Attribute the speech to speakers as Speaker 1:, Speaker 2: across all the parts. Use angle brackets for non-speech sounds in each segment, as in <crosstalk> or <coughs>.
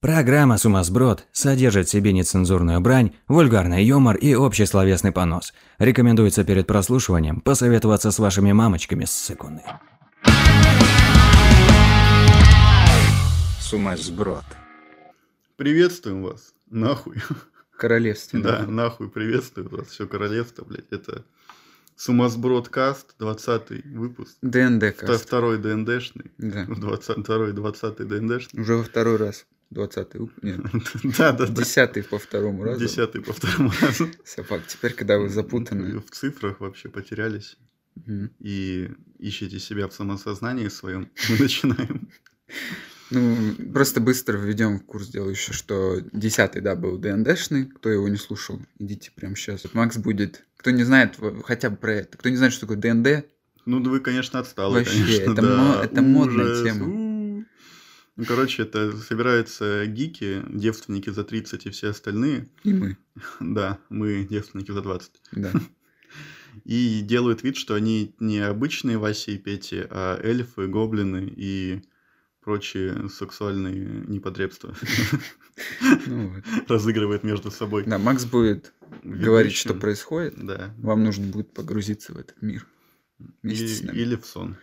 Speaker 1: Программа «Сумасброд» содержит в себе нецензурную брань, вульгарный юмор и общий словесный понос. Рекомендуется перед прослушиванием посоветоваться с вашими мамочками с секунды.
Speaker 2: Сумасброд.
Speaker 3: Приветствуем вас. Нахуй. <laughs>
Speaker 2: Королевственно.
Speaker 3: Да, нахуй приветствую вас. Все королевство, блядь. Это Сумасброд Каст, 20 выпуск.
Speaker 2: ДНД
Speaker 3: Вто-
Speaker 2: каст.
Speaker 3: Второй ДНДшный. <laughs>
Speaker 2: Да.
Speaker 3: В 20 Второй, 20 ДНДшный. <laughs>
Speaker 2: Уже во второй раз. Двадцатый. уп- Нет.
Speaker 3: Да, да, да.
Speaker 2: Десятый по второму разу.
Speaker 3: Десятый по второму <laughs> разу.
Speaker 2: Собак. Теперь, когда вы запутаны.
Speaker 3: В цифрах вообще потерялись.
Speaker 2: Мгм.
Speaker 3: И ищете себя в самосознании своем. <laughs> Мы начинаем.
Speaker 2: Ну, просто быстро введем в курс дела еще, что десятый, да, был ДНДшный. Кто его не слушал, идите прямо сейчас. Макс будет... Кто не знает, в- хотя бы про это. Кто не знает, что такое ДНД,
Speaker 3: Ну, да вы, конечно, отсталые,
Speaker 2: Вообще,
Speaker 3: конечно,
Speaker 2: это
Speaker 3: да.
Speaker 2: мо- это модная
Speaker 3: Ужас.
Speaker 2: тема.
Speaker 3: У. Ну, короче, это собираются гики, девственники за 30 и все остальные.
Speaker 2: и мы.
Speaker 3: Да, мы девственники за 20.
Speaker 2: Да.
Speaker 3: И делают вид, что они не обычные Вася и Пети, а эльфы, гоблины и прочие сексуальные непотребства <laughs>
Speaker 2: Ну вот.
Speaker 3: разыгрывают между собой.
Speaker 2: Да, Макс будет говорить, что происходит.
Speaker 3: Да.
Speaker 2: Вам нужно будет погрузиться в этот мир. Вместе с
Speaker 3: И-
Speaker 2: нами.
Speaker 3: Или в сон.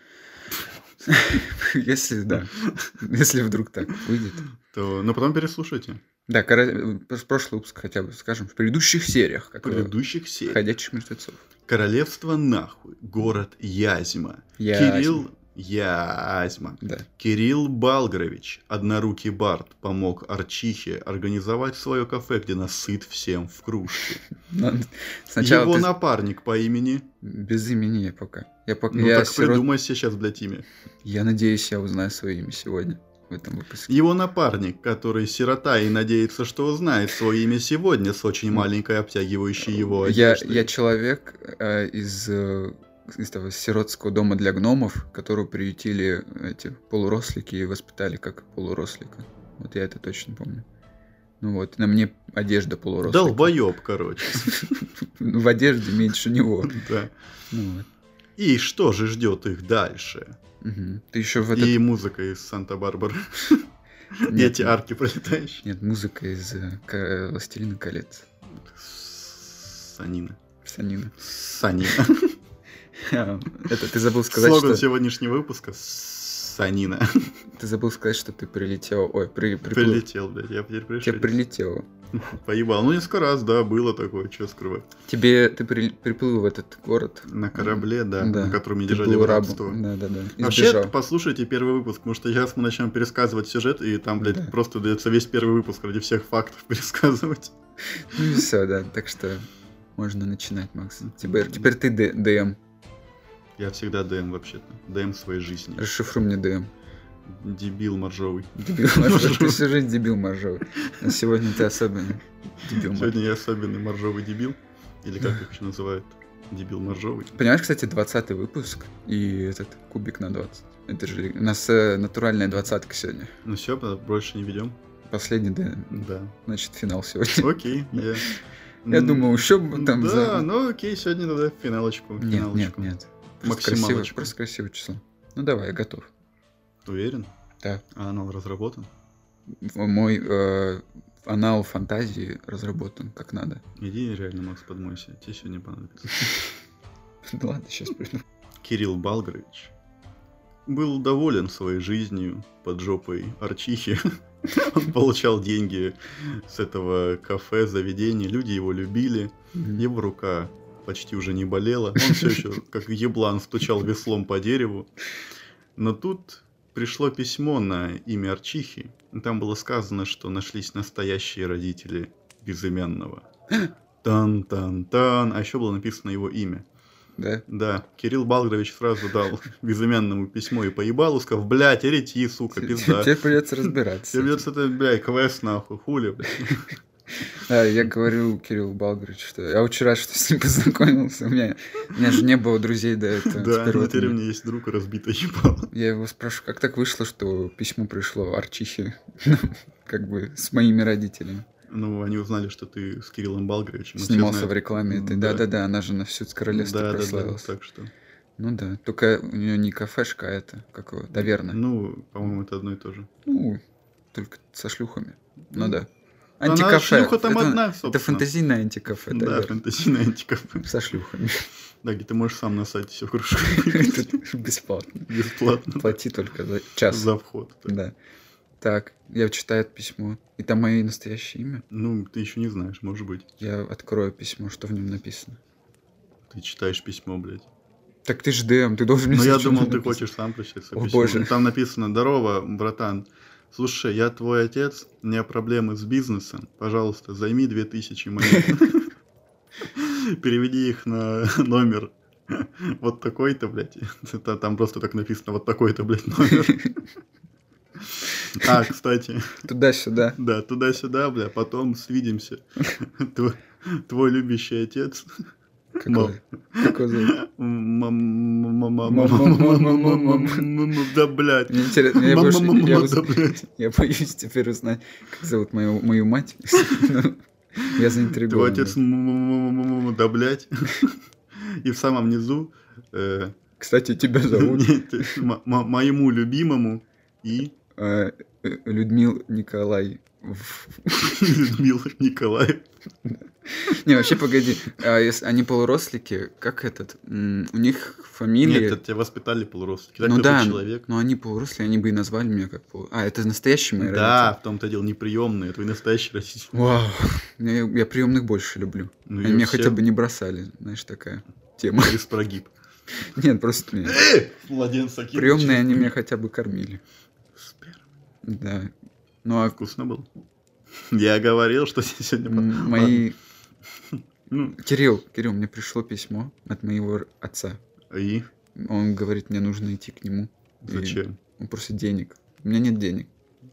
Speaker 2: <laughs> Если да. <laughs> Если вдруг так выйдет.
Speaker 3: То... Но потом переслушайте.
Speaker 2: Да, кора- э, прошлый выпуск хотя бы, скажем, в предыдущих сериях,
Speaker 3: В
Speaker 2: как его,
Speaker 3: предыдущих сериях.
Speaker 2: «Ходячих мертвецов».
Speaker 3: Королевство нахуй. Город Язьма.
Speaker 2: Я-
Speaker 3: Кирилл Язьма.
Speaker 2: Да.
Speaker 3: Кирилл Балгрович, однорукий бард, помог Арчихе организовать свое кафе, где насыт всем в кружке.
Speaker 2: Но сначала
Speaker 3: Его
Speaker 2: ты-
Speaker 3: напарник по имени...
Speaker 2: без имени я пока. Я пока
Speaker 3: Ну
Speaker 2: я
Speaker 3: так
Speaker 2: сирот-
Speaker 3: придумай сейчас, блядь, имя.
Speaker 2: Я надеюсь, я узнаю свое имя сегодня в этом выпуске.
Speaker 3: Его напарник, который сирота и надеется, что узнает свое имя сегодня с очень маленькой обтягивающей его
Speaker 2: Я,
Speaker 3: одеждой.
Speaker 2: я человек э, из, э, из того сиротского дома для гномов, которого приютили эти полурослики и воспитали как полурослика. Вот я это точно помню. Ну вот, на мне одежда полурослика.
Speaker 3: Долбоеб, короче. <laughs>
Speaker 2: В одежде меньше него.
Speaker 3: Да.
Speaker 2: Ну вот.
Speaker 3: И что же ждет их дальше?
Speaker 2: Мгм. Ты еще в этот...
Speaker 3: И музыка из Санта-Барбары. И
Speaker 2: <laughs> Нет,
Speaker 3: эти арки пролетающие.
Speaker 2: Нет, музыка из э, Ка- «Властелина колец».
Speaker 3: Санина.
Speaker 2: Санина.
Speaker 3: Санина.
Speaker 2: Это ты забыл сказать,
Speaker 3: Слоган
Speaker 2: что...
Speaker 3: сегодняшнего выпуска Санина.
Speaker 2: Ты забыл сказать, что ты прилетел... Ой, при... приплыл.
Speaker 3: Прилетел, блядь, я теперь
Speaker 2: Тебе
Speaker 3: пришел.
Speaker 2: прилетело.
Speaker 3: Поебал. Ну, несколько раз, да, было такое, что скрывать.
Speaker 2: Тебе... Ты при- приплыл в этот город.
Speaker 3: На корабле, да,
Speaker 2: Да.
Speaker 3: на котором не
Speaker 2: Ты
Speaker 3: держали
Speaker 2: был рабом.
Speaker 3: рабство.
Speaker 2: Типа Да-да-да.
Speaker 3: Вообще,
Speaker 2: Избежал.
Speaker 3: послушайте первый выпуск, потому что сейчас мы начнем пересказывать сюжет, и там, блядь,
Speaker 2: Да.
Speaker 3: просто дается весь первый выпуск ради всех фактов <laughs> пересказывать.
Speaker 2: Ну и все, да. Так что можно начинать, Макс. Теперь, теперь ты Д- ДМ.
Speaker 3: Я всегда ДМ вообще-то. ДМ своей жизни.
Speaker 2: Расшифруй
Speaker 3: <laughs>
Speaker 2: мне ДМ.
Speaker 3: Дебил моржовый.
Speaker 2: Дебил моржовый. Ты всю жизнь дебил моржовый. Но сегодня ты особенно <laughs> дебил моржовый.
Speaker 3: Сегодня я особенный моржовый дебил. Или как
Speaker 2: <laughs>
Speaker 3: их еще называют? Дебил моржовый.
Speaker 2: Понимаешь, кстати, 20 выпуск и этот кубик на 20. Это же у нас э, натуральная двадцатка сегодня.
Speaker 3: Ну все, больше не ведем.
Speaker 2: Последний, да,
Speaker 3: Да.
Speaker 2: значит,
Speaker 3: <laughs>
Speaker 2: финал <laughs> сегодня.
Speaker 3: Окей, я...
Speaker 2: Я
Speaker 3: М,
Speaker 2: думал, еще бы там
Speaker 3: да,
Speaker 2: за...
Speaker 3: ну окей, сегодня тогда финалочку.
Speaker 2: Нет, нет,
Speaker 3: финалочку.
Speaker 2: нет. Просто красиво,
Speaker 3: Максималочку.
Speaker 2: просто красивое число. Ну давай, я готов.
Speaker 3: Уверен?
Speaker 2: Да.
Speaker 3: А анал разработан?
Speaker 2: В- Мой э, анал фантазии разработан как надо. <laughs>
Speaker 3: Иди реально, Макс, подмойся, тебе сегодня понадобится.
Speaker 2: Ну ладно, сейчас приду.
Speaker 3: Кирилл Балгарович был доволен своей жизнью под жопой Арчихи. <laughs> Он получал деньги с этого кафе, заведения, люди его любили,
Speaker 2: Мгм.
Speaker 3: его рука почти уже не болела, он все еще как еблан стучал веслом по дереву. Но тут пришло письмо на имя Арчихи, и там было сказано, что нашлись настоящие родители безымянного. Тан-тан-тан, а еще было написано его имя.
Speaker 2: Да?
Speaker 3: Да, Кирилл Балгрович сразу дал безымянному письмо и поебалу, сказав, блядь, эрети, сука, пизда.
Speaker 2: Теперь придется разбираться. с
Speaker 3: Тебе
Speaker 2: этим.
Speaker 3: придется это, блядь, квест нахуй, хули. блядь.
Speaker 2: Да, я говорил Кириллу Балгаровичу, что я очень рад, что с ним <laughs> познакомился. У меня, у меня же не было друзей до этого.
Speaker 3: Да,
Speaker 2: Теперь
Speaker 3: ну
Speaker 2: вот
Speaker 3: теперь
Speaker 2: у
Speaker 3: у
Speaker 2: меня-
Speaker 3: меня есть друг разбитое ебало.
Speaker 2: Я его спрашиваю, как так вышло, что письмо пришло Арчихе, <laughs> как бы с моими родителями.
Speaker 3: Ну, они узнали, что ты с Кириллом Балгровичем. и все
Speaker 2: Снимался в
Speaker 3: знают.
Speaker 2: рекламе. этой.
Speaker 3: Ну, Да.
Speaker 2: Да-да-да, она же на всю королевство
Speaker 3: Да, да, да,
Speaker 2: прославилась.
Speaker 3: так что.
Speaker 2: Ну да, только у нее не кафешка, а это, как его, таверна.
Speaker 3: Ну, по-моему, это одно и то же.
Speaker 2: Ну, только со шлюхами. Ну да.
Speaker 3: Она
Speaker 2: Антикафе.
Speaker 3: шлюха там
Speaker 2: это,
Speaker 3: одна,
Speaker 2: это
Speaker 3: собственно.
Speaker 2: фэнтезийное антикафе, да,
Speaker 3: Да,
Speaker 2: верно.
Speaker 3: фэнтезийная антикафе.
Speaker 2: Со шлюхами. <laughs>
Speaker 3: Да, где ты можешь сам на сайте все в кружку
Speaker 2: Это бесплатно.
Speaker 3: бесплатно
Speaker 2: Плати только за час.
Speaker 3: за вход.
Speaker 2: Да. Так, я читаю это письмо. И там мое настоящее имя.
Speaker 3: Ну, ты еще не знаешь, может быть.
Speaker 2: Я открою письмо, что в нем написано.
Speaker 3: Ты читаешь письмо, блядь.
Speaker 2: Так ты ж ДМ, ты должен мне
Speaker 3: Ну, я
Speaker 2: сказать, что
Speaker 3: думал,
Speaker 2: там
Speaker 3: ты
Speaker 2: написано.
Speaker 3: хочешь сам прочитать
Speaker 2: О,
Speaker 3: свое письмо.
Speaker 2: боже.
Speaker 3: Там написано, здорово, братан. Слушай, я твой отец, у меня проблемы с бизнесом. Пожалуйста, займи 2000 монет. <laughs> Переведи их на <laughs> номер вот такой-то, блядь. Это там просто так написано, вот такой-то, блядь, номер. А, кстати,
Speaker 2: Туда-сюда.
Speaker 3: да, туда-сюда, бля, потом свидимся. Твой, твой любящий отец.
Speaker 2: Какой? Какой зовут?
Speaker 3: М-м-м-м-м-м-м-м-м-м-м. Да, блядь.
Speaker 2: Мне интересно, я больше-
Speaker 3: М-м-м-м-м,
Speaker 2: я
Speaker 3: да,
Speaker 2: уз-
Speaker 3: блядь.
Speaker 2: Я боюсь теперь узнать, как зовут мою, мою мать. <laughs> Ну, Я
Speaker 3: Твой
Speaker 2: заинтригован.
Speaker 3: отец, м-м-м-м-м-м, да, блядь. И в самом низу э,
Speaker 2: Кстати, тебя зовут
Speaker 3: <laughs> нет, м- м- моему любимому и
Speaker 2: э, э, Людмила Николай. В-
Speaker 3: Людмила Николаев.
Speaker 2: Не, вообще, погоди. а если Они полурослики, как этот? м, У них
Speaker 3: Нет,
Speaker 2: фамилия...
Speaker 3: это тебя воспитали полуродственники. Так
Speaker 2: Ну
Speaker 3: такой
Speaker 2: да,
Speaker 3: человек.
Speaker 2: но они полуросли, они бы и назвали меня как полу... А, это настоящие мои
Speaker 3: Да, в том-то дело, неприемные, твои настоящие родители.
Speaker 2: родители? Вау. Я, я приемных больше люблю.
Speaker 3: Ну,
Speaker 2: Они меня хотя бы не бросали, знаешь, такая тема. <laughs>
Speaker 3: Без прогиб.
Speaker 2: Нет,
Speaker 3: <laughs>
Speaker 2: просто меня.
Speaker 3: Младенца кинуть.
Speaker 2: Приемные они меня хотя бы кормили. Да. Ну а
Speaker 3: Вкусно было. <laughs> Я говорил, что <laughs> сегодня... А,
Speaker 2: м, мои...
Speaker 3: Ну,
Speaker 2: Кирилл, Кирилл, мне пришло письмо от моего р- отца.
Speaker 3: и
Speaker 2: Он говорит, мне нужно идти к нему. И
Speaker 3: зачем?
Speaker 2: Он просит денег. У меня нет денег.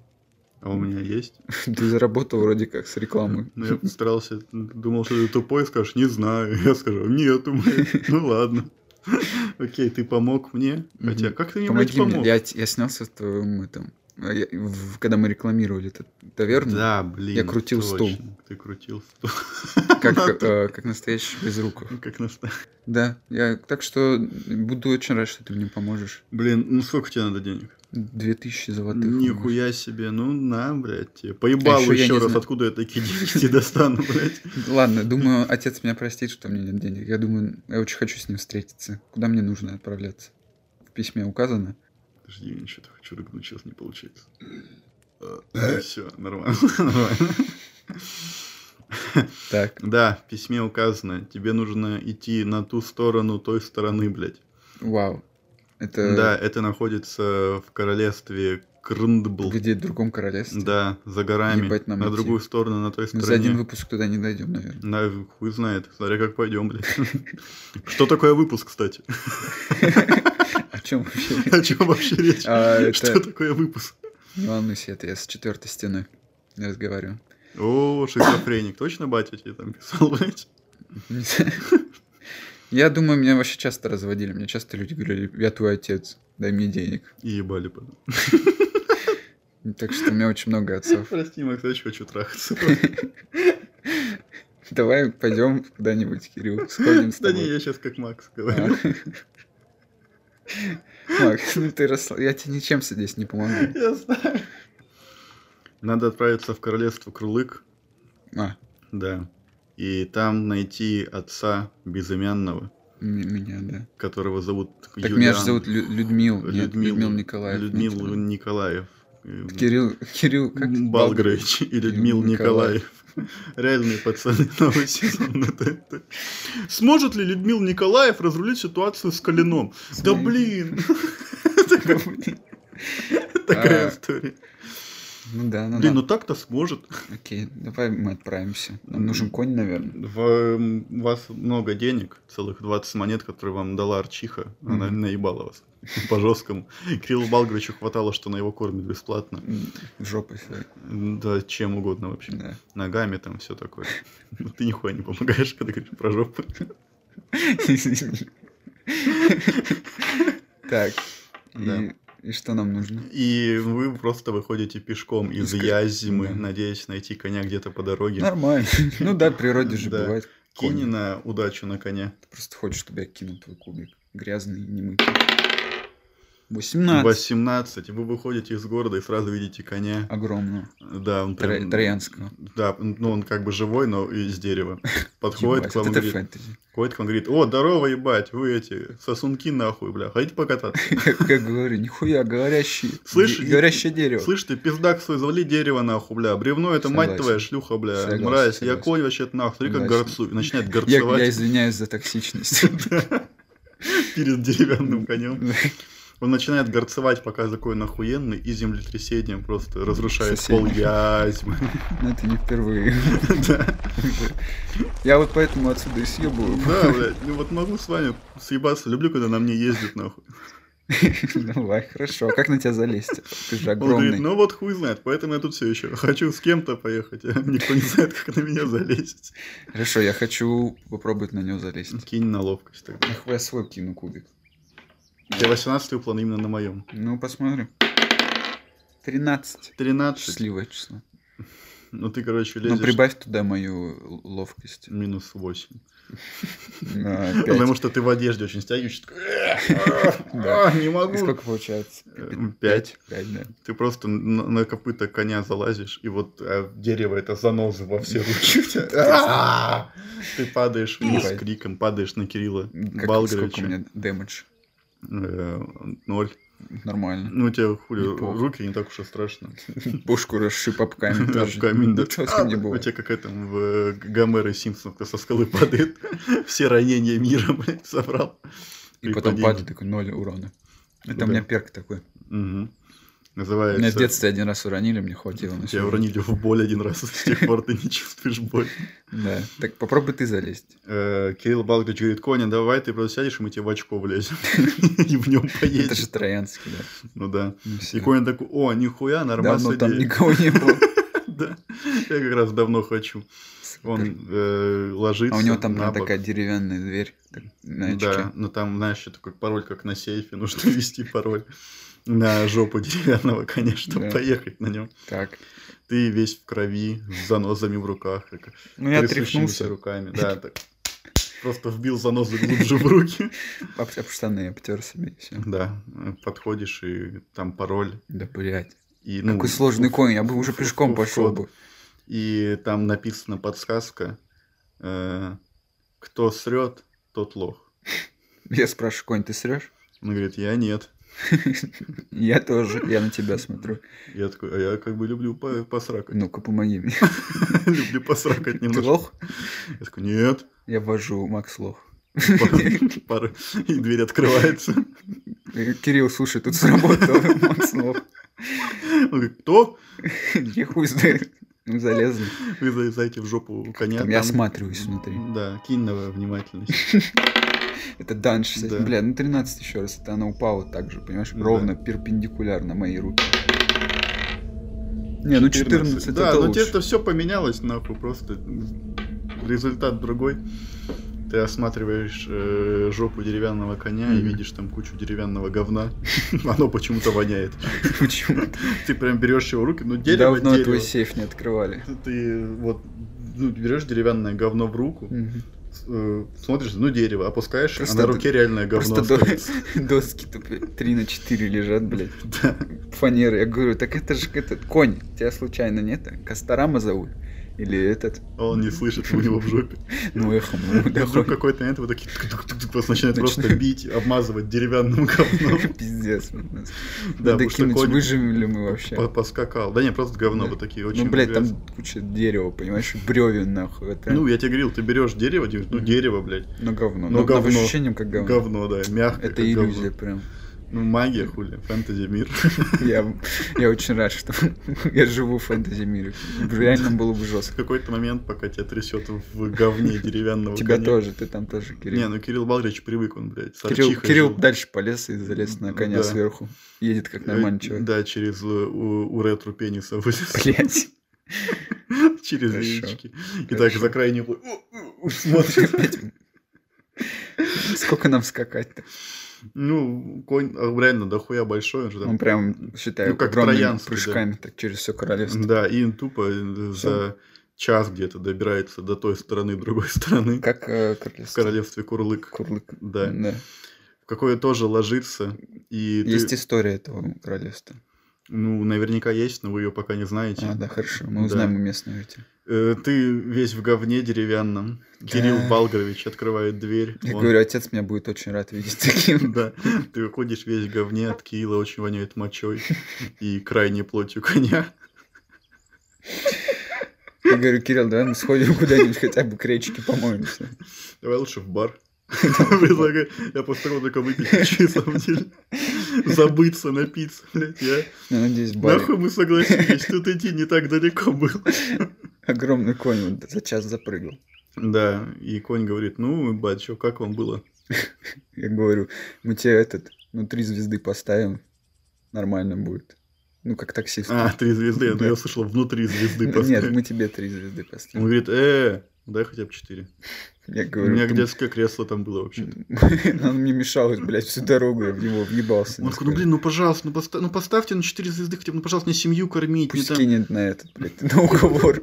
Speaker 2: <laughs>
Speaker 3: А у меня есть.
Speaker 2: Ты заработал вроде как с рекламы.
Speaker 3: <laughs> Ну, я старался, думал, что ты тупой, скажешь, не знаю. <laughs> Я скажу, нет, у
Speaker 2: <laughs>
Speaker 3: меня. Ну, ладно. <laughs> Окей, ты помог мне. Хотя,
Speaker 2: Мгм.
Speaker 3: как ты мне, блядь,
Speaker 2: Помоги мне.
Speaker 3: помог?
Speaker 2: Я, я снялся в твоем этом... а, я- в- когда мы рекламировали этот таверну,
Speaker 3: Да, блин.
Speaker 2: Я крутил стул.
Speaker 3: точно, Ты крутил стул.
Speaker 2: <laughs>
Speaker 3: <laughs>
Speaker 2: как, э, как настоящий без рук.
Speaker 3: Как наста-
Speaker 2: Да, я, так что буду очень рад, что ты мне поможешь.
Speaker 3: Блин, ну сколько тебе надо денег?
Speaker 2: 2000 золотых.
Speaker 3: Нихуя себе, ну на, блядь, тебе. Поебал
Speaker 2: ещё я
Speaker 3: еще
Speaker 2: не
Speaker 3: раз,
Speaker 2: знаю.
Speaker 3: откуда я такие <laughs> деньги тебе достану, блядь.
Speaker 2: Ладно, думаю, отец меня простит, что мне нет денег. Я думаю, я очень хочу с ним встретиться. Куда мне нужно отправляться? В письме указано.
Speaker 3: Подожди, я что-то хочу рыгнуть, сейчас не получается.
Speaker 2: А.
Speaker 3: Все,
Speaker 2: <laughs>
Speaker 3: нормально. нормально.
Speaker 2: Так,
Speaker 3: Да, в письме указано, тебе нужно идти на ту сторону той стороны, блядь.
Speaker 2: вау. Это
Speaker 3: Да, это находится в королевстве Крндбл.
Speaker 2: где в другом королевстве?
Speaker 3: Да, за горами.
Speaker 2: Ебать нам
Speaker 3: На
Speaker 2: идти.
Speaker 3: другую сторону, на той
Speaker 2: Мы за один
Speaker 3: стороне.
Speaker 2: выпуск туда не дойдем, наверное.
Speaker 3: На, хуй знает, смотря как пойдем, блядь. <laughs> Что такое выпуск, кстати? <laughs>
Speaker 2: О чем вообще?
Speaker 3: О чем вообще речь?
Speaker 2: А, это-
Speaker 3: Что такое выпуск?
Speaker 2: Не волнуйся, это я с четвертой стеной разговариваю.
Speaker 3: О, шизофреник, точно батя тебе там писал, <laughs> блядь?
Speaker 2: Не знаю. Я думаю, меня вообще часто разводили. Мне часто люди говорили, я твой отец, дай мне денег.
Speaker 3: И ебали потом.
Speaker 2: Так что у меня очень много отцов.
Speaker 3: Прости, Макс, я очень хочу трахаться. <laughs>
Speaker 2: Давай пойдем куда-нибудь, Кирилл, сходим с
Speaker 3: Да не,
Speaker 2: тобой.
Speaker 3: я сейчас как Макс
Speaker 2: А.
Speaker 3: говорю. <laughs>
Speaker 2: Макс, ну ты расслаб... Я тебе ничем здесь не помогу.
Speaker 3: Я знаю. Надо отправиться в королевство Крулык,
Speaker 2: А,
Speaker 3: да, и там найти отца безымянного,
Speaker 2: м- меня, да.
Speaker 3: которого зовут
Speaker 2: Так
Speaker 3: Юлиан.
Speaker 2: меня же зовут Лю- Людмил. нет,
Speaker 3: Людмил-
Speaker 2: Людмил Николаев. нет,
Speaker 3: Людмил
Speaker 2: Лю-
Speaker 3: Николаев. Эм,
Speaker 2: Кирилл, Кирилл, как?
Speaker 3: М, Балгрович и Людмил
Speaker 2: Николаев.
Speaker 3: Николаев. <laughs> Реальные пацаны, <laughs> новый сезон на ТНТ. Сможет ли Людмил Николаев разрулить ситуацию с Калином? Да
Speaker 2: Смотри. <laughs>
Speaker 3: блин! <laughs> Такая- Такая
Speaker 2: А,
Speaker 3: история.
Speaker 2: Ну да, ну
Speaker 3: Блин,
Speaker 2: да.
Speaker 3: ну так-то сможет.
Speaker 2: Окей, давай мы отправимся. Нам нужен конь, наверное.
Speaker 3: В- эм, У вас много денег, целых 20 монет, которые вам дала Арчиха. Она
Speaker 2: Мгм.
Speaker 3: наебала вас по-жесткому. Кириллу Балгровичу хватало, что она его кормит бесплатно.
Speaker 2: М, Жопой своей,
Speaker 3: Да чем угодно вообще.
Speaker 2: да.
Speaker 3: Ногами там все такое. Но ты нихуя не помогаешь, когда говоришь про жопу.
Speaker 2: Извини. Так,
Speaker 3: Да.
Speaker 2: и и что нам нужно?
Speaker 3: И вы просто выходите пешком из
Speaker 2: Из Кр-
Speaker 3: Язимы,
Speaker 2: да.
Speaker 3: надеясь найти коня где-то по дороге.
Speaker 2: Нормально. Ну да, в природе же
Speaker 3: Да.
Speaker 2: бывает. конь.
Speaker 3: Кинь на удачу на коня.
Speaker 2: Ты просто хочешь, чтобы я кинул твой кубик. Грязный, немытый. 18.
Speaker 3: 18. Вы выходите из города и сразу видите коня.
Speaker 2: Огромного.
Speaker 3: Да, он
Speaker 2: Тро-
Speaker 3: прям...
Speaker 2: Троянского.
Speaker 3: Да, ну он как бы живой, но из
Speaker 2: <laughs>
Speaker 3: дерева. Подходит
Speaker 2: Ебать,
Speaker 3: к вам и
Speaker 2: вот это
Speaker 3: говорит,
Speaker 2: фэнтези.
Speaker 3: подходит к вам и говорит, о, здорово, ебать, вы эти сосунки нахуй, бля, хотите
Speaker 2: <laughs>
Speaker 3: покататься?
Speaker 2: Как я говорю, нихуя, говорящий.
Speaker 3: Слышь,
Speaker 2: ге- Говорящее дерево.
Speaker 3: Слышь, ты пиздак свой, завали дерево нахуй, бля, бревно это мать
Speaker 2: Согласен.
Speaker 3: твоя, шлюха, бля,
Speaker 2: Согласен,
Speaker 3: мразь, я
Speaker 2: согласен.
Speaker 3: конь вообще нахуй, смотри, как
Speaker 2: Согласен.
Speaker 3: горцу, и начинает
Speaker 2: <laughs> Я, я
Speaker 3: горцевать
Speaker 2: извиняюсь за токсичность.
Speaker 3: перед деревянным конем. Он начинает горцевать, пока такой он охуенный, и землетрясением просто разрушает
Speaker 2: Соседи.
Speaker 3: пол язьмы.
Speaker 2: <laughs> Но это не впервые.
Speaker 3: <laughs> Да,
Speaker 2: Я вот поэтому отсюда и съебываю. <laughs>
Speaker 3: да, блядь, ну вот могу с вами съебаться, люблю, когда на мне ездят нахуй.
Speaker 2: Давай, хорошо. А Как на тебя залезть? Ты же
Speaker 3: Он говорит,
Speaker 2: огромный.
Speaker 3: ну вот хуй знает, поэтому я тут все еще хочу с кем-то поехать, а <laughs> никто не знает, как на меня залезть.
Speaker 2: Хорошо, я хочу попробовать на него залезть.
Speaker 3: Кинь на ловкость тогда.
Speaker 2: Нахуй я свой кину кубик.
Speaker 3: У тебя 18 выплан именно на моем.
Speaker 2: Ну, посмотрим. 13.
Speaker 3: 13.
Speaker 2: Счастливое число.
Speaker 3: Ну ты, короче,
Speaker 2: Ну,
Speaker 3: лезешь
Speaker 2: прибавь туда мою л- ловкость.
Speaker 3: минус 8. <laughs>
Speaker 2: На <laughs> пять.
Speaker 3: Потому что ты в одежде очень стягиваешь. такой, «Э,
Speaker 2: <laughs>
Speaker 3: «А, а, Не
Speaker 2: И
Speaker 3: могу.
Speaker 2: сколько получается?
Speaker 3: Э, Пять.
Speaker 2: Пять, да.
Speaker 3: Ты просто на на копыта коня залазишь, и вот э, дерево это занозы во все руки. у тебя. А! Ты падаешь вниз с
Speaker 2: Ебать.
Speaker 3: криком, падаешь на Кирилла
Speaker 2: Как- сколько у
Speaker 3: Балгаровича.
Speaker 2: меня дэмэдж?
Speaker 3: Э, Ноль.
Speaker 2: Нормально.
Speaker 3: Ну, у тебя хули,
Speaker 2: Не плохо.
Speaker 3: руки не так уж и страшно.
Speaker 2: Пушку расшиб
Speaker 3: <laughs>
Speaker 2: об камень <laughs> тоже.
Speaker 3: Об камень, да.
Speaker 2: Ну, чё с ним не
Speaker 3: А, У
Speaker 2: бывает.
Speaker 3: тебя как это в э, Гомер и Симпсон, кто со скалы падает, <laughs> все ранения мира, <laughs> блядь, собрал.
Speaker 2: И
Speaker 3: При
Speaker 2: потом
Speaker 3: падении.
Speaker 2: падает такой ноль урона. Это у
Speaker 3: Да.
Speaker 2: меня перк такой.
Speaker 3: Мгм.
Speaker 2: Меня в
Speaker 3: Называется...
Speaker 2: детстве один раз уронили, мне хватило. на
Speaker 3: Тебя
Speaker 2: всю жизнь.
Speaker 3: уронили в боль один раз, <laughs> и с тех пор ты не чувствуешь боль.
Speaker 2: Да. Так попробуй ты залезть.
Speaker 3: Э, Кирилл Балкович говорит, Коня, давай ты просто сядешь, и мы тебе в очко влезем. <laughs> И в нем
Speaker 2: Это же
Speaker 3: поедешь.
Speaker 2: троянский, да.
Speaker 3: Ну да.
Speaker 2: Ну,
Speaker 3: И
Speaker 2: всё.
Speaker 3: Коня такой, о, нихуя,
Speaker 2: Давно
Speaker 3: нормально.
Speaker 2: там никого не было.
Speaker 3: <laughs> Да, я как раз давно хочу. Он э, ложится
Speaker 2: А у него там
Speaker 3: на
Speaker 2: прям
Speaker 3: бок.
Speaker 2: такая деревянная дверь. так, на
Speaker 3: Да,
Speaker 2: очке.
Speaker 3: но там, знаешь, еще такой пароль, как на сейфе, <laughs> нужно ввести пароль на жопу <laughs> деревянного коня, чтобы
Speaker 2: Да.
Speaker 3: поехать на нем.
Speaker 2: Так.
Speaker 3: Ты весь в крови, с занозами в руках, как
Speaker 2: Ну я
Speaker 3: трясущимися
Speaker 2: тряхнулся,
Speaker 3: руками. Да, так просто вбил занозы глубже в руки. <laughs>
Speaker 2: об, об штаны обтер себе и все.
Speaker 3: Да, подходишь и там пароль.
Speaker 2: Да блять.
Speaker 3: И, ну,
Speaker 2: Какой сложный конь, я бы
Speaker 3: в-
Speaker 2: уже
Speaker 3: в-
Speaker 2: пешком
Speaker 3: в-
Speaker 2: пошел
Speaker 3: вход.
Speaker 2: бы.
Speaker 3: И там написана подсказка. э, Кто срет, тот лох.
Speaker 2: Я спрашиваю, конь, ты срешь?
Speaker 3: Он говорит, я нет.
Speaker 2: <laughs> Я тоже, я на тебя смотрю.
Speaker 3: Я такой, а я как бы люблю по-
Speaker 2: <laughs>
Speaker 3: посракать.
Speaker 2: Ну-ка, помоги мне.
Speaker 3: Люблю посракать
Speaker 2: Ты
Speaker 3: немножко.
Speaker 2: лох?
Speaker 3: Я такой, нет.
Speaker 2: Я вожу, Макс лох.
Speaker 3: Пар- пар- И дверь открывается.
Speaker 2: Э, Кирилл, слушай, тут сработало, Макс лох.
Speaker 3: Он говорит, кто?
Speaker 2: Я хуй знает. Ну, Залезли.
Speaker 3: Вы залезаете в жопу коня.
Speaker 2: Там я осматриваюсь внутри.
Speaker 3: Да, кинь на внимательность.
Speaker 2: Это данж, кстати.
Speaker 3: Да.
Speaker 2: Бля, ну 13 еще раз. Это она упала так же, понимаешь?
Speaker 3: Да.
Speaker 2: Ровно перпендикулярно моей руке. <laughs> Не, ну 14
Speaker 3: Да,
Speaker 2: это
Speaker 3: но
Speaker 2: лучше.
Speaker 3: тебе-то все поменялось, нахуй, просто результат другой. Ты осматриваешь э, жопу деревянного коня и
Speaker 2: Мгм.
Speaker 3: видишь там кучу деревянного говна. <laughs> Оно почему-то воняет.
Speaker 2: <laughs> Почему?
Speaker 3: Ты прям берешь его в руки, ну дерево,
Speaker 2: Давно
Speaker 3: дерево.
Speaker 2: твой сейф не открывали.
Speaker 3: Ты вот ну, берешь деревянное говно в руку,
Speaker 2: Мгм.
Speaker 3: с- э, смотришь, ну дерево, опускаешь,
Speaker 2: Просто
Speaker 3: а на
Speaker 2: д-
Speaker 3: руке реальное говно
Speaker 2: Просто до-
Speaker 3: остается.
Speaker 2: <laughs> доски тут 3 на 4 лежат, блядь.
Speaker 3: <laughs> Да.
Speaker 2: Фанеры. Я говорю, так это же этот конь. Тебя случайно нет? Костарама зовут? Или этот?
Speaker 3: А Он не слышит, у него в жопе.
Speaker 2: Ну, эхом. ему
Speaker 3: И Вдруг
Speaker 2: доходит.
Speaker 3: какой-то момент вы такие тук-тук-тук-тук просто начинает
Speaker 2: Начинает.
Speaker 3: просто бить, обмазывать деревянным <laughs> говном.
Speaker 2: Ну, <laughs> Пиздец. у нас.
Speaker 3: Да,
Speaker 2: Надо
Speaker 3: потому что
Speaker 2: кинуть,
Speaker 3: конь
Speaker 2: выживем ли мы вообще.
Speaker 3: по- Поскакал. Да не, просто говно
Speaker 2: Да.
Speaker 3: вот такие очень
Speaker 2: Ну, блядь,
Speaker 3: грязные.
Speaker 2: там куча дерева, понимаешь, бревен, нахуй. Это...
Speaker 3: Ну, я тебе говорил, ты берешь дерево, делаешь, ну
Speaker 2: Мгм.
Speaker 3: дерево, блядь.
Speaker 2: Ну, говно.
Speaker 3: Ну,
Speaker 2: Ну, говно.
Speaker 3: говно.
Speaker 2: ощущением, как говно.
Speaker 3: Говно, да, мягкое.
Speaker 2: Это
Speaker 3: как говно.
Speaker 2: иллюзия прям.
Speaker 3: Ну, магия, хули, фэнтези мир. <laughs>
Speaker 2: Я, я очень рад, что <laughs> я живу в фэнтези-мире. Реально было бы
Speaker 3: В
Speaker 2: жестко.
Speaker 3: какой-то момент, пока тебя трясет в
Speaker 2: <laughs>
Speaker 3: говне деревянного
Speaker 2: Тебя
Speaker 3: коня.
Speaker 2: тоже, ты там тоже, Кирилл.
Speaker 3: Ну, Не, ну Кирилл Балгрич привык, он, блядь, с
Speaker 2: Кирилл,
Speaker 3: арчихой
Speaker 2: Кирилл
Speaker 3: жил.
Speaker 2: дальше полез и залез на коня
Speaker 3: Да.
Speaker 2: сверху. Едет как
Speaker 3: Э,
Speaker 2: нормальный человек.
Speaker 3: Да, через э, у, уретру пениса <laughs> вылез.
Speaker 2: Блять.
Speaker 3: <laughs> Через
Speaker 2: Хорошо.
Speaker 3: яички. И так
Speaker 2: Хорошо.
Speaker 3: за крайнюю пла- у- у- у, <laughs>
Speaker 2: <laughs>
Speaker 3: смотрит.
Speaker 2: Сколько нам скакать-то?
Speaker 3: Ну, конь а, реально дохуя большой, он же там
Speaker 2: Он прям, считаю,
Speaker 3: Ну, как
Speaker 2: огромными
Speaker 3: троянский, да.
Speaker 2: прыжками так через все королевство.
Speaker 3: Да, и тупо э, за час где-то добирается до той стороны, другой <laughs> стороны.
Speaker 2: Как э,
Speaker 3: В
Speaker 2: королевство.
Speaker 3: королевстве Курлык.
Speaker 2: Курлык.
Speaker 3: Да. какое тоже ложится. И ты-
Speaker 2: Есть история этого королевства.
Speaker 3: ну, наверняка есть, но вы ее пока не знаете.
Speaker 2: А, да, хорошо, мы
Speaker 3: Да.
Speaker 2: узнаем у местного эти.
Speaker 3: Э, ты весь в говне деревянном. Кирилл
Speaker 2: Да.
Speaker 3: Балгарович открывает дверь.
Speaker 2: Я
Speaker 3: он-
Speaker 2: говорю, отец меня будет очень рад видеть таким.
Speaker 3: <laughs> Да, ты выходишь весь в говне от Киила, очень воняет мочой и крайней плотью коня.
Speaker 2: Я говорю, Кирилл, давай мы сходим куда-нибудь хотя бы к речке помоемся.
Speaker 3: Давай лучше в
Speaker 2: <laughs>
Speaker 3: бар. Предлагаю, Я постарался только выпить, на самом деле. Забыться, напиться, блядь. Я...
Speaker 2: Я Ну, надеюсь, в баре.
Speaker 3: Нахуй мы согласились, тут идти не так далеко было.
Speaker 2: Огромный конь вот за час запрыгал.
Speaker 3: Да, и конь говорит, ну, бать, чё, как вам было?
Speaker 2: Я говорю, мы тебе этот, ну, три звезды поставим, нормально будет. Ну, как таксист.
Speaker 3: А, три звезды, ну
Speaker 2: Да.
Speaker 3: я слышал, внутри звезды
Speaker 2: Нет,
Speaker 3: поставили.
Speaker 2: мы тебе три звезды
Speaker 3: Он
Speaker 2: поставим.
Speaker 3: говорит, э, дай хотя бы четыре.
Speaker 2: Я
Speaker 3: У
Speaker 2: говорю,
Speaker 3: меня
Speaker 2: «Ты-
Speaker 3: детское кресло там было вообще-то.
Speaker 2: <laughs> Он мне мешалось, блядь, всю дорогу, я в него въебался.
Speaker 3: Он такой, ну
Speaker 2: не скажу.
Speaker 3: блин, ну пожалуйста, ну, поста- ну, поставьте на 4 звезды хотя бы, ну пожалуйста, мне семью кормить, не
Speaker 2: Пусть
Speaker 3: там
Speaker 2: кинет на этот, блядь, <laughs> на уговор.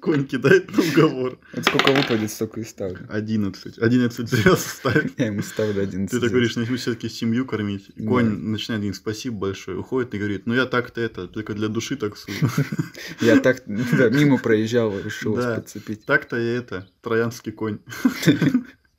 Speaker 3: конь кидает на уговор.
Speaker 2: Вот сколько выпадет, столько и ставлю.
Speaker 3: 11. 11 звезд ставит.
Speaker 2: Я ему ставлю один.
Speaker 3: Ты так говоришь, начну все-таки семью кормить. И Конь
Speaker 2: Да.
Speaker 3: начинает говорить, спасибо большое, уходит и говорит, ну я так-то это, только для души таксую.
Speaker 2: Я
Speaker 3: <laughs>
Speaker 2: так да, мимо проезжал, решил вас
Speaker 3: Да. <laughs>
Speaker 2: подцепить.
Speaker 3: Так-то я это, троянский конь.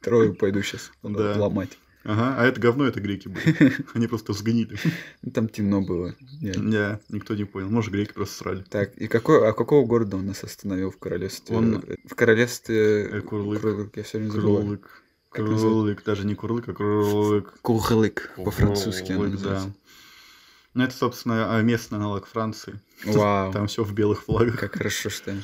Speaker 2: Трою пойду сейчас
Speaker 3: Да.
Speaker 2: ломать.
Speaker 3: Ага, а это говно, это греки были.
Speaker 2: <laughs>
Speaker 3: Они просто сгнили.
Speaker 2: Ну, Там темно было. реально.
Speaker 3: Да, никто не понял. Может, греки просто срали.
Speaker 2: Так, и какой, а какого города он нас остановил в королевстве?
Speaker 3: Он-
Speaker 2: Э, В королевстве...
Speaker 3: Э, Курлык.
Speaker 2: Курлык, Я все время забываю.
Speaker 3: Курлык.
Speaker 2: Как называется?
Speaker 3: Курлык, даже не курлык, а курлык.
Speaker 2: Курлык, по-французски она
Speaker 3: Ой,
Speaker 2: называется.
Speaker 3: да. Ну, это, собственно, а, местный аналог Франции.
Speaker 2: Вау.
Speaker 3: Там все в белых флагах.
Speaker 2: Как хорошо, что я-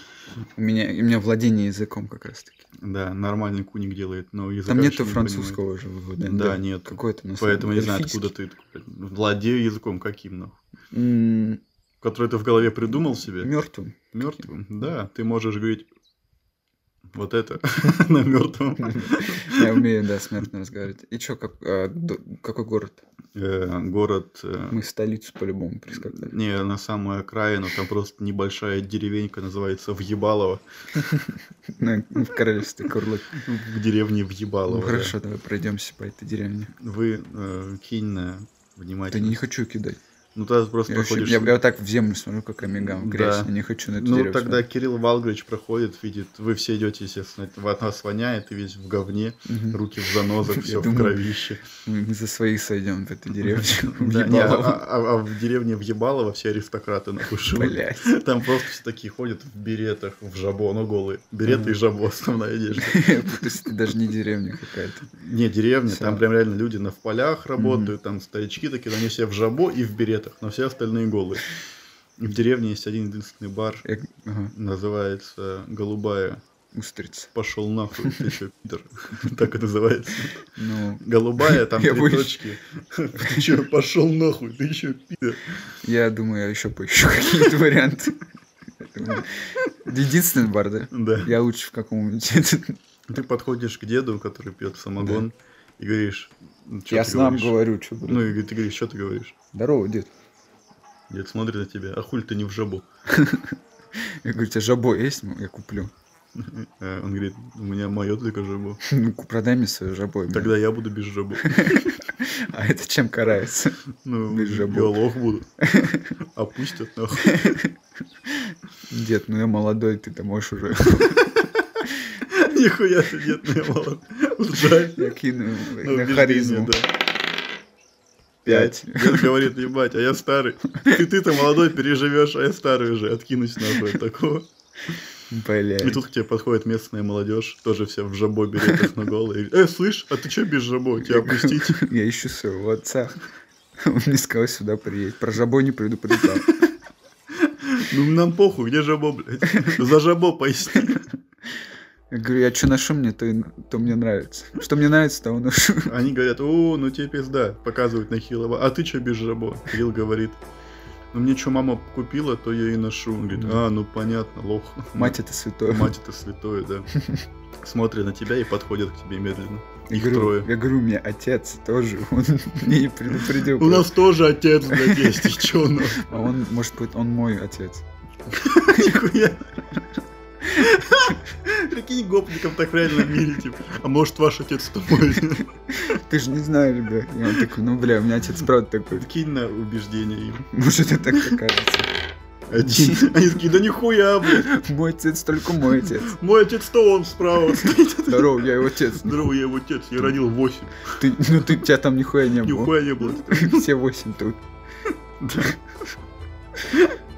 Speaker 2: у меня, у меня владение языком как раз таки.
Speaker 3: Да, нормальный куник делает, но языка
Speaker 2: Там
Speaker 3: еще
Speaker 2: нету
Speaker 3: не
Speaker 2: французского же вывода.
Speaker 3: понимает. Да, нет.
Speaker 2: Какой-то на самом
Speaker 3: Поэтому не знаю,
Speaker 2: эльфийский.
Speaker 3: откуда ты владею языком каким, нахуй.
Speaker 2: М,
Speaker 3: Который ты в голове придумал себе.
Speaker 2: Мертвым.
Speaker 3: Мертвым. Да, ты можешь говорить вот это <laughs> на мертвом.
Speaker 2: <laughs> Я умею, да, смертно разговаривать. И чё, как, а, до- какой город?
Speaker 3: Город... э,
Speaker 2: Мы в столицу по-любому прискакали.
Speaker 3: Не, на самую окраину, там просто небольшая деревенька называется
Speaker 2: <laughs>
Speaker 3: Въебалово.
Speaker 2: На- В королевстве Курлык.
Speaker 3: В деревне Въебалово.
Speaker 2: Ну
Speaker 3: да.
Speaker 2: хорошо, давай пройдемся по этой деревне.
Speaker 3: Вы э, кинь на
Speaker 2: Да
Speaker 3: внимательно.
Speaker 2: не хочу кидать.
Speaker 3: Ну тогда просто
Speaker 2: Я, вообще-
Speaker 3: проходишь.
Speaker 2: я- я вот так в землю смотрю, как Амигам, грязь.
Speaker 3: Да.
Speaker 2: Я не хочу на эту
Speaker 3: Ну
Speaker 2: деревню
Speaker 3: тогда Кирилл Валгрич проходит, видит, вы все идете, естественно, от- от вас воняет, ты весь в говне,
Speaker 2: смотреть. Мгм.
Speaker 3: руки в занозах,
Speaker 2: <laughs> Я
Speaker 3: все в
Speaker 2: думаю,
Speaker 3: кровище.
Speaker 2: Мы за своих сойдем <laughs> в этой деревне.
Speaker 3: <laughs> Да, не, а,
Speaker 2: Въебалово.
Speaker 3: а- а в деревне Въебалово все аристократы нахуй живут.
Speaker 2: Блядь.
Speaker 3: Там просто все такие ходят в беретах, в жабо, ну голые. Береты и жабо основная одежда.
Speaker 2: <laughs> То есть это даже не деревня какая-то.
Speaker 3: Не, деревня,
Speaker 2: Всё.
Speaker 3: там прям реально люди на в полях работают, там старички такие, но они все в жабо и в беретах, но все остальные голые. И в деревне есть один единственный бар,
Speaker 2: Я- ага,
Speaker 3: называется «Голубая».
Speaker 2: Устрица.
Speaker 3: Пошел нахуй, ты еще пидор. <laughs> Так и называется.
Speaker 2: Ну,
Speaker 3: Голубая, там
Speaker 2: Я
Speaker 3: три
Speaker 2: боюсь.
Speaker 3: точки. <laughs> Ты че, пошел нахуй, ты еще пидор.
Speaker 2: я думаю, я еще поищу <laughs> какие-то варианты. Я думаю, Единственный бар, да?
Speaker 3: Да.
Speaker 2: Я лучше в каком-нибудь... <laughs>
Speaker 3: Ты подходишь к деду, который пьет самогон, и говоришь... «Ну, чё
Speaker 2: Я
Speaker 3: ты
Speaker 2: с нам
Speaker 3: говоришь?»
Speaker 2: говорю, что
Speaker 3: Ну, и ты говоришь, что ты говоришь?
Speaker 2: Здорово, дед.
Speaker 3: Дед смотрит на тебя, а хуй ты не в жабу?
Speaker 2: Я говорю, у тебя жабо есть? Ну, Я куплю. <laughs>
Speaker 3: Э, Он говорит, у меня мое только жабо.
Speaker 2: Ну, ку- продай мне свое жабо. мне.
Speaker 3: Тогда я буду без
Speaker 2: <laughs>
Speaker 3: жабо.
Speaker 2: А это чем карается? <laughs>
Speaker 3: Ну,
Speaker 2: Без жабо.
Speaker 3: я лох
Speaker 2: <laughs>
Speaker 3: буду. Опустят нахуй. <laughs>
Speaker 2: Дед, ну я молодой, ты-то можешь уже. <laughs>
Speaker 3: Нихуя ты, дед, ну я
Speaker 2: <laughs>
Speaker 3: молод. Жаль.
Speaker 2: Я кину
Speaker 3: Ну,
Speaker 2: на
Speaker 3: убеждение,
Speaker 2: харизму.
Speaker 3: да.
Speaker 2: Пять.
Speaker 3: Дед говорит, ебать, а я старый. Ты ты-то молодой переживешь, а я старый уже. Откинусь нахуй от такого. И
Speaker 2: Блядь.
Speaker 3: тут к тебе подходит местная молодежь, тоже все в жабо беретах на голые. и говорит, Э, слышь, а ты че без жабо? Тебя опустить?
Speaker 2: Я ищу своего отца. <laughs> Он мне сказал сюда приедет. Про жабо не предупреждал.
Speaker 3: Ну нам похуй, где жабо, блядь? За жабо поясни.
Speaker 2: Я говорю, я что ношу, мне то, и- то мне нравится. Что мне нравится, того ношу.
Speaker 3: Они говорят, о, ну тебе пизда, показывают на Хилова. А ты чё без жабо? Кирилл говорит, ну мне что мама купила, то я и ношу. Он говорит, а, ну понятно, лох.
Speaker 2: Мать это святое.
Speaker 3: Мать это святое,
Speaker 2: <laughs>
Speaker 3: да. Смотрят на тебя и подходят к тебе медленно.
Speaker 2: я
Speaker 3: Их
Speaker 2: говорю,
Speaker 3: трое.
Speaker 2: Я говорю, у меня отец тоже. Он <laughs> мне и предупредил.
Speaker 3: У нас тоже отец, блядь, есть, и чё
Speaker 2: <laughs>
Speaker 3: ну?
Speaker 2: А он, может быть, он мой отец.
Speaker 3: Нихуя. Прикинь, <laughs> Прикинь, гопников так реально в мире, типа. А может, ваш отец с тобой?
Speaker 2: <laughs> Ты же не знаешь, да. И он такой, ну, бля, у меня отец правда такой.
Speaker 3: Кинь на убеждение им.
Speaker 2: Может, и так окажется.
Speaker 3: Один. <laughs> Они такие, да нихуя, блядь.
Speaker 2: Мой отец только мой отец.
Speaker 3: Мой отец-то он
Speaker 2: <laughs>
Speaker 3: справа стоит.
Speaker 2: Здорово, я его отец. «Ну,
Speaker 3: Здорово, я его отец, я родил 8.
Speaker 2: Ты, ну, ты, тебя там нихуя не было.
Speaker 3: Нихуя не было.
Speaker 2: Все восемь тут.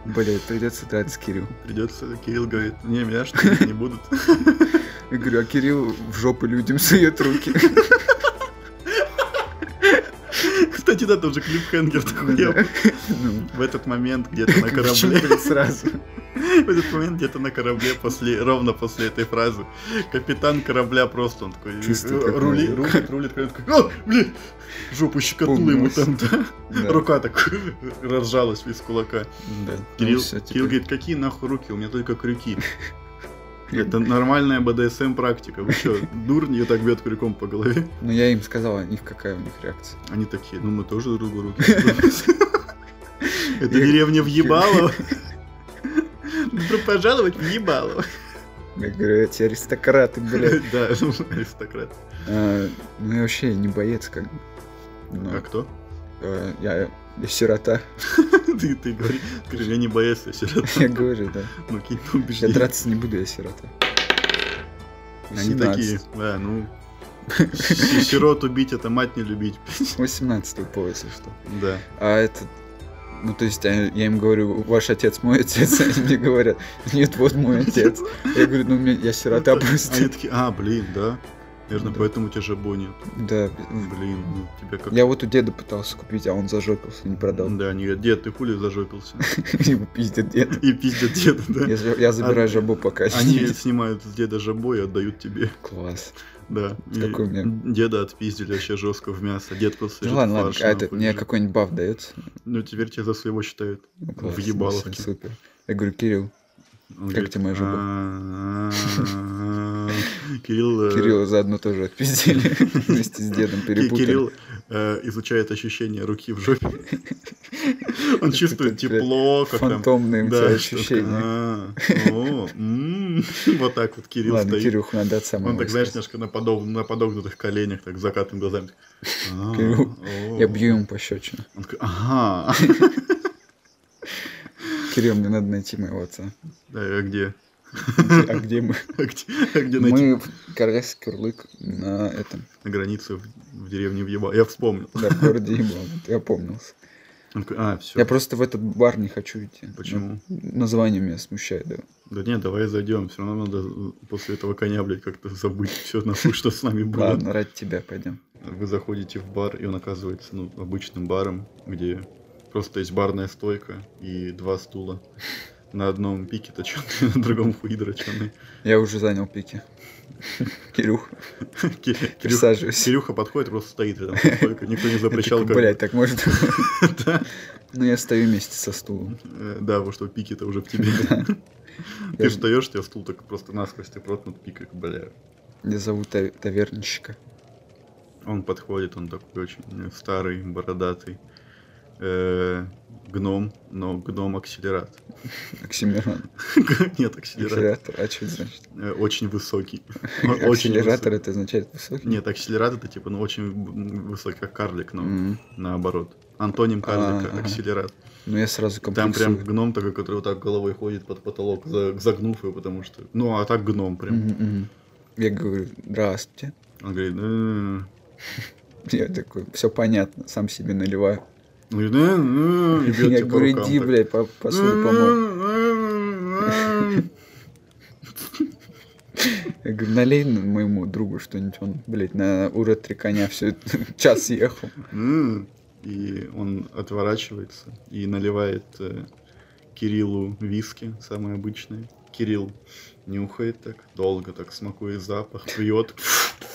Speaker 2: Блядь, придется драться Кирилл.
Speaker 3: Придется, Кирилл говорит, не, меня что ли, не будут. <laughs>
Speaker 2: Я говорю, а Кирилл в жопу людям сует
Speaker 3: <laughs>
Speaker 2: руки.
Speaker 3: Кстати, да, там же клипхенгер такой. я
Speaker 2: <laughs> Ну,
Speaker 3: В этот момент где-то на
Speaker 2: почему,
Speaker 3: корабле.
Speaker 2: блядь, сразу?
Speaker 3: В этот момент где-то на корабле после, ровно после этой фразы, капитан корабля просто он такой
Speaker 2: Чувствует,
Speaker 3: э,
Speaker 2: как
Speaker 3: рули,
Speaker 2: надо.
Speaker 3: рулит, рулит, рулит, такой, «А, блин, жопу щекотнула ему
Speaker 2: Помнилось.
Speaker 3: там, да.
Speaker 2: Да,
Speaker 3: Рука так разжалась из кулака.
Speaker 2: да.
Speaker 3: Кирилл,
Speaker 2: Ну, всё,
Speaker 3: Кирилл
Speaker 2: теперь.
Speaker 3: говорит, какие нахуй руки, у меня только
Speaker 2: <laughs>
Speaker 3: крюки.
Speaker 2: Нет.
Speaker 3: Это нормальная БДСМ практика. Вы что, дурни ее так бьет крюком по голове?
Speaker 2: Ну, я им сказал о них, какая у них реакция.
Speaker 3: Они такие, ну мы тоже другу
Speaker 2: <laughs>
Speaker 3: руки. Это деревня въебала. Добро пожаловать в ебалово.
Speaker 2: Я говорю, эти
Speaker 3: <laughs>
Speaker 2: аристократы, блядь.
Speaker 3: Да, аристократ.
Speaker 2: А, Ну, я вообще не боец, как бы. Ну,
Speaker 3: А кто? <laughs>
Speaker 2: э, Я я сирота, <laughs>
Speaker 3: Ты, ты говори, скажи, я не боюсь, я сирота.
Speaker 2: я говорю, да.
Speaker 3: Ну, какие
Speaker 2: Я
Speaker 3: убеждения.
Speaker 2: драться не буду, я сирота.
Speaker 3: Они такие,
Speaker 2: 17.
Speaker 3: да,
Speaker 2: <laughs>
Speaker 3: ну... си- Сирот убить, это мать не любить.
Speaker 2: 18 по, если что.
Speaker 3: Да.
Speaker 2: А этот... Ну, то есть, а, я им говорю, ваш отец мой отец, <laughs> они мне говорят, нет, вот мой отец. Я говорю, ну, у меня- я сирота
Speaker 3: Они
Speaker 2: просто.
Speaker 3: такие, <laughs> а, блин, да. Наверное,
Speaker 2: Да.
Speaker 3: поэтому у тебя жабо нет.
Speaker 2: Да,
Speaker 3: Блин, ну тебя как...
Speaker 2: я вот у деда пытался купить, а он зажопился, не продал. <laughs>
Speaker 3: Да, они говорят, дед, ты хули зажопился?
Speaker 2: Его пиздит дед.
Speaker 3: И пиздят деда,
Speaker 2: Я
Speaker 3: да.
Speaker 2: за- Я забираю
Speaker 3: А-
Speaker 2: жабу пока.
Speaker 3: Они снимают с деда жабо и отдают тебе, <laughs>
Speaker 2: Класс.
Speaker 3: да. И
Speaker 2: Какой у меня-
Speaker 3: Деда отпиздили вообще жестко в мясо. Дед просто
Speaker 2: Ну
Speaker 3: лежит
Speaker 2: ладно, ладно,
Speaker 3: фарш,
Speaker 2: а этот,
Speaker 3: нахуй,
Speaker 2: мне
Speaker 3: лежит.
Speaker 2: какой-нибудь баф дается?
Speaker 3: Ну теперь тебя за своего считают.
Speaker 2: Ну, класс,
Speaker 3: В ебаловке.
Speaker 2: вообще Супер. Я говорю, Кирилл,
Speaker 3: Он
Speaker 2: Как
Speaker 3: говорит,
Speaker 2: тебе моя жопа?
Speaker 3: «А-а-а».
Speaker 2: <laughs>
Speaker 3: Кирилл... э,
Speaker 2: Кирилла заодно
Speaker 3: <laughs>
Speaker 2: тоже отпиздили вместе с дедом,
Speaker 3: Ки-
Speaker 2: перепутали.
Speaker 3: Кирилл э, изучает ощущение руки в жопе. <laughs> Он чувствует
Speaker 2: Это, блядь,
Speaker 3: тепло, как там...
Speaker 2: Фантомные у тебя
Speaker 3: Да, что-
Speaker 2: ощущения.
Speaker 3: а, о, м, <laughs> Вот так вот Кирилл
Speaker 2: Ладно,
Speaker 3: стоит.
Speaker 2: Кирюху надо от самого.
Speaker 3: Он так, знаешь,
Speaker 2: высказать.
Speaker 3: немножко на подог- на подогнутых коленях, так с закатыми глазами. «А,
Speaker 2: Кирилл,
Speaker 3: о».
Speaker 2: Я бью ему пощечину.
Speaker 3: Он такой, Ага. <laughs>
Speaker 2: Кирилл, мне надо найти моего отца.
Speaker 3: Да, А где?
Speaker 2: А где мы?
Speaker 3: А где а где найти?
Speaker 2: Мы в Королевский Курлык на этом,
Speaker 3: На границе в в деревне въебал. Я вспомнил.
Speaker 2: да, в городе Ебал. Я помнился.
Speaker 3: Он такой, А, все.
Speaker 2: Я просто в этот бар не хочу идти.
Speaker 3: Почему?
Speaker 2: Ну, Название меня смущает, да.
Speaker 3: Да нет, давай зайдем. Все равно надо после этого коня, блядь, как-то забыть все нахуй, что с нами было.
Speaker 2: Ладно, ради тебя пойдем.
Speaker 3: Вы заходите в бар, и он оказывается ну, обычным баром, где просто есть барная стойка и два стула. На одном пике точеный, <laughs> на другом хуи дроченый.
Speaker 2: Я уже занял пики. Кирюх, <laughs>
Speaker 3: Кирюха,
Speaker 2: присаживайся.
Speaker 3: Кирюха подходит, просто стоит рядом со стойкой.
Speaker 2: <laughs>
Speaker 3: Никто не запрещал. как бы.
Speaker 2: Блять, так можно?
Speaker 3: <laughs> Да.
Speaker 2: Ну, я стою вместе со стулом.
Speaker 3: Э, Да, потому что пики-то уже в
Speaker 2: <laughs>
Speaker 3: тебе. <laughs> Ты
Speaker 2: Я-
Speaker 3: встаешь, тебя стул так просто насквозь, ты просто над пикой, бля.
Speaker 2: Я зову та- тавернщика.
Speaker 3: Он подходит, он такой очень э, старый, бородатый. э, гном, но гном-акселерат.
Speaker 2: Оксимирон.
Speaker 3: <laughs> Нет, акселерат.
Speaker 2: Акселератор. А что это значит?
Speaker 3: Э, Очень
Speaker 2: <laughs>
Speaker 3: высокий. О- очень
Speaker 2: Акселератор
Speaker 3: высокий.
Speaker 2: это означает высокий?
Speaker 3: Нет, акселерат это типа, ну, очень м, высокий, как карлик, но
Speaker 2: М. А,
Speaker 3: наоборот. Антоним карлика,
Speaker 2: ага.
Speaker 3: акселерат.
Speaker 2: Ну, я сразу
Speaker 3: Там прям
Speaker 2: комплексую.
Speaker 3: гном такой, который вот так головой ходит под потолок, за- загнув его, потому что... Ну, а так гном прям.
Speaker 2: Мгм, мгм. Я говорю, здравствуйте.
Speaker 3: Он говорит... «Э-э-э».
Speaker 2: Я такой, все понятно, сам себе наливаю.
Speaker 3: Он говорит... «Э-э-э», Ну, и бьет
Speaker 2: Я
Speaker 3: тебя по
Speaker 2: говорю,
Speaker 3: рукам так.
Speaker 2: иди,
Speaker 3: М-м-м.
Speaker 2: блядь, по- посуду помой.
Speaker 3: «Э-э-э-э-э».
Speaker 2: Я говорю, налей на- моему другу что-нибудь. Он, блядь, на ура три коня все <laughs> час ехал.
Speaker 3: «М». И он отворачивается и наливает э, Кириллу виски, самые обычные. Кирилл нюхает так, долго так смакует запах, пьет.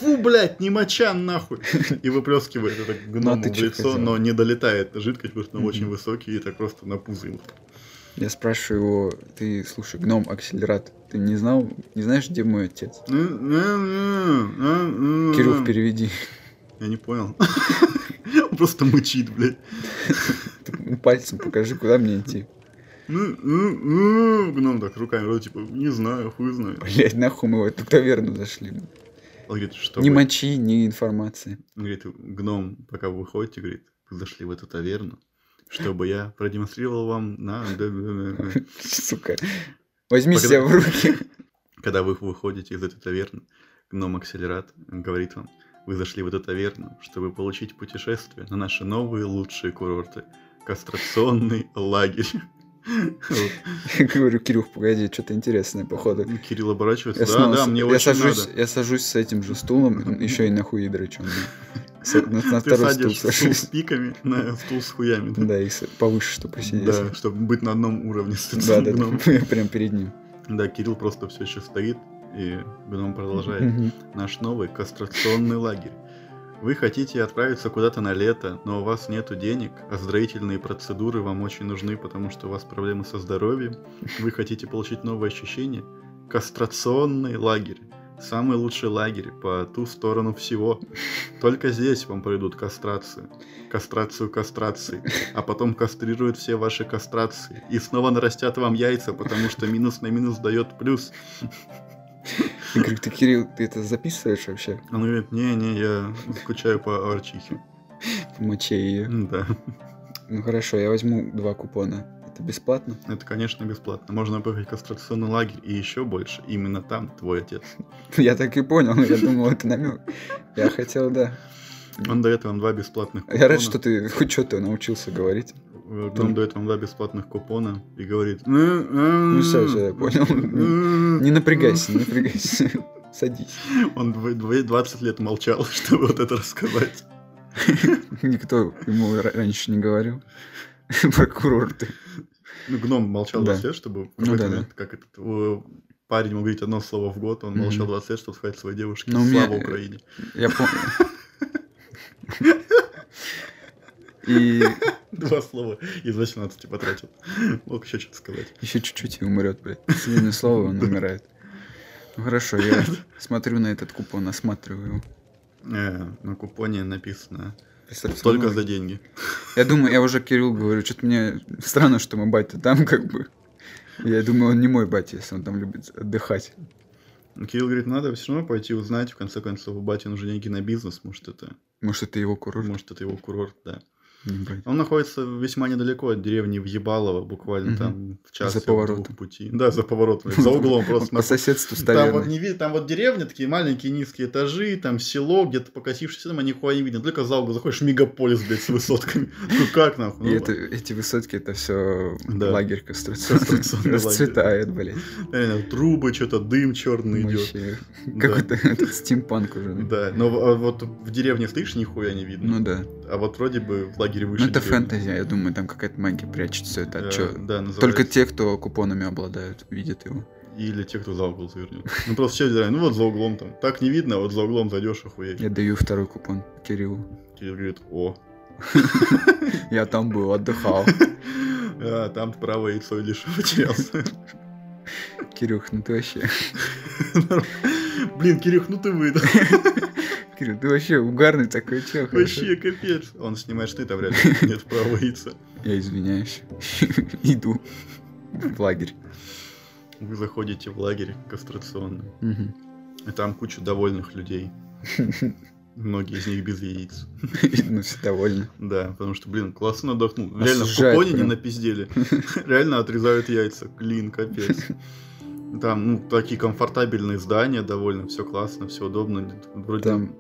Speaker 3: Фу, блядь, не мочан нахуй! И выплескивает это гному
Speaker 2: Ну, а ты
Speaker 3: в
Speaker 2: чё
Speaker 3: лицо,
Speaker 2: хотел?
Speaker 3: но не долетает жидкость, потому что он
Speaker 2: Мгм.
Speaker 3: очень высокий и так просто на пузо его.
Speaker 2: Я спрашиваю его, ты, слушай, гном, акселерат, ты не знал, не знаешь, где мой отец? Кирюх,
Speaker 3: Кирилл
Speaker 2: переведи. <laughs>
Speaker 3: Я не понял. <laughs> Он просто мычит, блядь.
Speaker 2: Ты Пальцем покажи, куда мне идти.
Speaker 3: Ну, ну, ну, гном так руками, вроде, типа, не знаю, хуй знает.
Speaker 2: Блять, нахуй мы в эту таверну зашли. блин.
Speaker 3: Он говорит, что
Speaker 2: Ни
Speaker 3: вы?»
Speaker 2: мочи, ни информации. <laughs>
Speaker 3: Он говорит, гном, пока вы выходите, говорит, вы зашли в эту таверну, чтобы я продемонстрировал вам на...
Speaker 2: <laughs> Сука. Возьми
Speaker 3: Погоди.
Speaker 2: себя в руки. <laughs>
Speaker 3: <laughs> Когда вы выходите из этой таверны, гном Акселерат говорит вам, вы зашли в эту таверну, чтобы получить путешествие на наши новые лучшие курорты. Кастрационный лагерь. <laughs> Вот.
Speaker 2: Говорю, Кирюх, погоди, что-то интересное, походу.
Speaker 3: Кирилл оборачивается.
Speaker 2: Я,
Speaker 3: Да,
Speaker 2: снова
Speaker 3: да,
Speaker 2: с-
Speaker 3: мне
Speaker 2: я
Speaker 3: очень
Speaker 2: сажусь,
Speaker 3: надо.
Speaker 2: я сажусь с этим же стулом, еще и нахуй драчу. На,
Speaker 3: <laughs>
Speaker 2: на
Speaker 3: Ты
Speaker 2: второй стул
Speaker 3: садишь стул с
Speaker 2: сажусь.
Speaker 3: пиками на стул с хуями. да?
Speaker 2: Да, и с- повыше, чтобы посидеть.
Speaker 3: Да, чтобы быть на одном уровне с <laughs>
Speaker 2: да,
Speaker 3: этим
Speaker 2: да,
Speaker 3: гномом.
Speaker 2: да. Я <laughs> прям перед ним.
Speaker 3: Да, Кирилл просто все еще стоит, и гном продолжает. Наш новый кастрационный лагерь. Вы хотите отправиться куда-то на лето, но у вас нету денег, а строительные процедуры вам очень нужны, потому что у вас проблемы со здоровьем. Вы хотите получить новые ощущения? Кастрационный лагерь. Самый лучший лагерь по ту сторону всего. Только здесь вам пройдут кастрации. Кастрацию кастрации. А потом кастрируют все ваши кастрации. И снова нарастят вам яйца, потому что минус на минус дает плюс.
Speaker 2: Я говорю, ты, Кирилл, ты это записываешь вообще?
Speaker 3: Он говорит, не-не, я скучаю по Арчихе.
Speaker 2: В моче ее.
Speaker 3: Да,
Speaker 2: Ну хорошо, я возьму два купона. Это бесплатно? <laughs>
Speaker 3: это, конечно, бесплатно. Можно поехать в конструкционный лагерь и еще больше. Именно там твой отец.
Speaker 2: Я так и понял, я думал, это намек. Я хотел, да.
Speaker 3: Он дает вам два бесплатных купона.
Speaker 2: Я рад, что ты хоть что-то научился говорить.
Speaker 3: Вот Он дает вам два бесплатных купона и говорит... Ну,
Speaker 2: всё, всё, я понял. Не напрягайся, не напрягайся. Садись.
Speaker 3: Он дв- дв- 20 лет молчал, <laughs> чтобы вот это рассказать.
Speaker 2: Никто ему ра- раньше не говорил. <laughs> Прокурор ты.
Speaker 3: Ну, гном молчал
Speaker 2: Да. Ну
Speaker 3: 20 лет, чтобы... в какой-то
Speaker 2: да, да.
Speaker 3: момент, Как этот э, парень ему говорит одно слово в год, он
Speaker 2: Мгм.
Speaker 3: молчал 20 лет, чтобы сказать своей девушке
Speaker 2: Но у меня,
Speaker 3: «Слава
Speaker 2: э,
Speaker 3: Украине». <laughs>
Speaker 2: Я помню. И
Speaker 3: Два слова из 18 потратил. Мог еще что-то сказать.
Speaker 2: еще чуть-чуть и умрет, блядь. Последнее слово, он умирает. Ну хорошо, я смотрю на этот купон, осматриваю его.
Speaker 3: Э, На купоне написано
Speaker 2: Представь, всё
Speaker 3: «Только
Speaker 2: равно-
Speaker 3: за деньги».
Speaker 2: Я думаю, я уже Кирилл говорю, что-то мне странно, что мой батя там как бы. Я думаю, он не мой батя, если он там любит отдыхать.
Speaker 3: Кирилл говорит, надо все равно пойти узнать, в конце концов, у бати нужны деньги на бизнес, может это,
Speaker 2: Может, это его курорт?
Speaker 3: может это его курорт, да.
Speaker 2: Не бать.
Speaker 3: Он находится весьма недалеко от деревни Въебалово, буквально
Speaker 2: Мгм.
Speaker 3: там в час
Speaker 2: За
Speaker 3: или в двух
Speaker 2: поворотом.
Speaker 3: пути. Да, за поворотом,
Speaker 2: <laughs>
Speaker 3: за углом
Speaker 2: Он
Speaker 3: просто.
Speaker 2: По соседству с
Speaker 3: Там вот,
Speaker 2: таверной.
Speaker 3: не видно, там вот деревня, такие маленькие низкие этажи, там село, где-то покосившись, там нихуя не видно. Только за угол заходишь, мегаполис, блядь, с высотками. <laughs> Ну как нахуй?
Speaker 2: И
Speaker 3: Ну,
Speaker 2: это, эти высотки, это все
Speaker 3: Да.
Speaker 2: лагерь кастрационный.
Speaker 3: Кастрационный лагерь.
Speaker 2: Расцветает, блядь.
Speaker 3: Реально, трубы, что-то дым черный идет.
Speaker 2: Вообще.
Speaker 3: Ну, Да.
Speaker 2: Какой-то этот стимпанк уже.
Speaker 3: Да, но в- а вот в деревне стоишь, нихуя не видно.
Speaker 2: Ну да.
Speaker 3: А вот вроде бы в лагере
Speaker 2: Ну
Speaker 3: выше.
Speaker 2: это
Speaker 3: деревни.
Speaker 2: фэнтези, я думаю, там какая-то магия прячется, это
Speaker 3: Э,
Speaker 2: отчет.
Speaker 3: Да, называется.
Speaker 2: Только те, кто купонами обладают, видят его.
Speaker 3: Или те, кто за угол завернет. Ну просто все реально, ну вот за углом там. Так не видно, а вот за углом зайдешь, охуеть.
Speaker 2: Я даю второй купон Кириллу.
Speaker 3: Кирилл говорит, о. <laughs>
Speaker 2: Я там был, отдыхал.
Speaker 3: А, там правое яйцо лишь <laughs> потерялся.
Speaker 2: Кирюх, ну ты вообще... <laughs>
Speaker 3: Блин, Кирюх, ну ты выдал.
Speaker 2: Кирилл, ты вообще угарный такой чел. хорошо.
Speaker 3: Вообще капец. Он снимает штык, там
Speaker 2: <laughs>
Speaker 3: реально нет правого яйца.
Speaker 2: Я извиняюсь. <laughs> Иду в лагерь.
Speaker 3: Вы заходите в лагерь кастрационный.
Speaker 2: Мгм. <laughs>
Speaker 3: И там куча довольных людей. Многие из них без яиц.
Speaker 2: Видно, Ну, все довольны.
Speaker 3: Да, потому что, блин, классно отдохнул. Реально, в
Speaker 2: сжать
Speaker 3: купоне не
Speaker 2: прям.
Speaker 3: напиздели. <laughs> Реально отрезают яйца. Клин, капец. Там, ну, такие комфортабельные здания довольно, все классно, все удобно. Вроде
Speaker 2: Там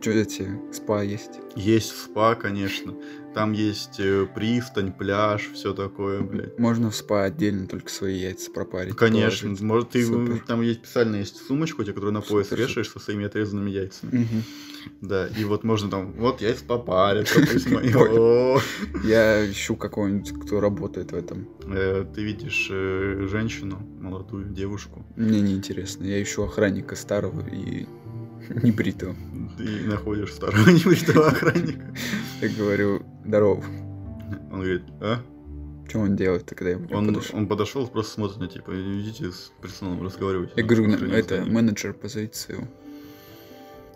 Speaker 2: что эти спа есть.
Speaker 3: есть спа, конечно. Там есть э, пристань, пляж, все такое, блядь. Ну,
Speaker 2: Можно в спа отдельно только свои яйца пропарить.
Speaker 3: Конечно,
Speaker 2: положить.
Speaker 3: может, ты, ну,
Speaker 2: Супер.
Speaker 3: там есть специально есть сумочка, у тебя, которую на пояс
Speaker 2: Супер,
Speaker 3: вешаешь со своими отрезанными яйцами.
Speaker 2: Мгм.
Speaker 3: Да, и вот можно там, вот яйца попарят,
Speaker 2: <laughs>
Speaker 3: допустим, и
Speaker 2: Понял.
Speaker 3: о,
Speaker 2: Я ищу какого-нибудь, кто работает в этом.
Speaker 3: Э, Ты видишь э, женщину, молодую девушку,
Speaker 2: Мне неинтересно. Я ищу охранника старого и <laughs> небритого.
Speaker 3: Ты находишь старого <laughs> небритого охранника.
Speaker 2: Я говорю, здоров.
Speaker 3: Он говорит, а?
Speaker 2: Что он делает тогда? Я к нему
Speaker 3: Он,
Speaker 2: подошел.
Speaker 3: он подошел, просто смотрит на типа, идите с персоналом разговаривайте.
Speaker 2: Я
Speaker 3: там,
Speaker 2: говорю,
Speaker 3: с
Speaker 2: «Ну,
Speaker 3: охранением
Speaker 2: это
Speaker 3: здания».
Speaker 2: менеджер, позовите его.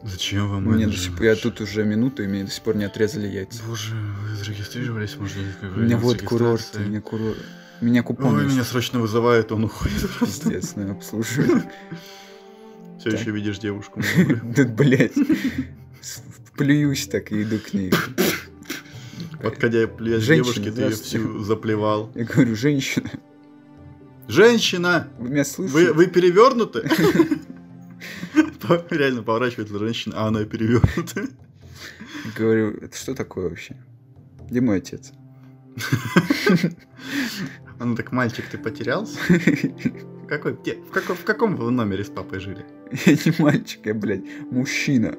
Speaker 3: Зачем вам
Speaker 2: Мне до
Speaker 3: менеджер?
Speaker 2: сих пор- я тут уже минуту, и мне до сих пор не отрезали яйца.
Speaker 3: Боже, вы зарегистрировались, может,
Speaker 2: У меня вот курорт, у меня курорт. Меня купон
Speaker 3: Ой,
Speaker 2: есть.
Speaker 3: меня срочно вызывает, он
Speaker 2: <laughs>
Speaker 3: уходит просто.
Speaker 2: Естественно, обслуживаю. <laughs>
Speaker 3: Все
Speaker 2: Так.
Speaker 3: еще видишь девушку.
Speaker 2: <laughs> Да, блядь. С- Плююсь так и иду к ней.
Speaker 3: Подкадя плешь
Speaker 2: Женщина,
Speaker 3: девушки, ты ее
Speaker 2: здравствуйте.
Speaker 3: всю заплевал.
Speaker 2: Я говорю, женщина,
Speaker 3: Женщина!
Speaker 2: вы меня слышите?
Speaker 3: Вы, вы
Speaker 2: <laughs>
Speaker 3: перевернуты? <laughs> По- Реально поворачивается женщина, а она перевернута.
Speaker 2: Говорю, это что такое вообще? Где мой отец? <laughs>
Speaker 3: <laughs> Она Ну так, мальчик, ты потерялся?
Speaker 2: Я
Speaker 3: Какой, где- в, каком, в каком вы номере с папой жили?
Speaker 2: не мальчик, я, блядь, мужчина.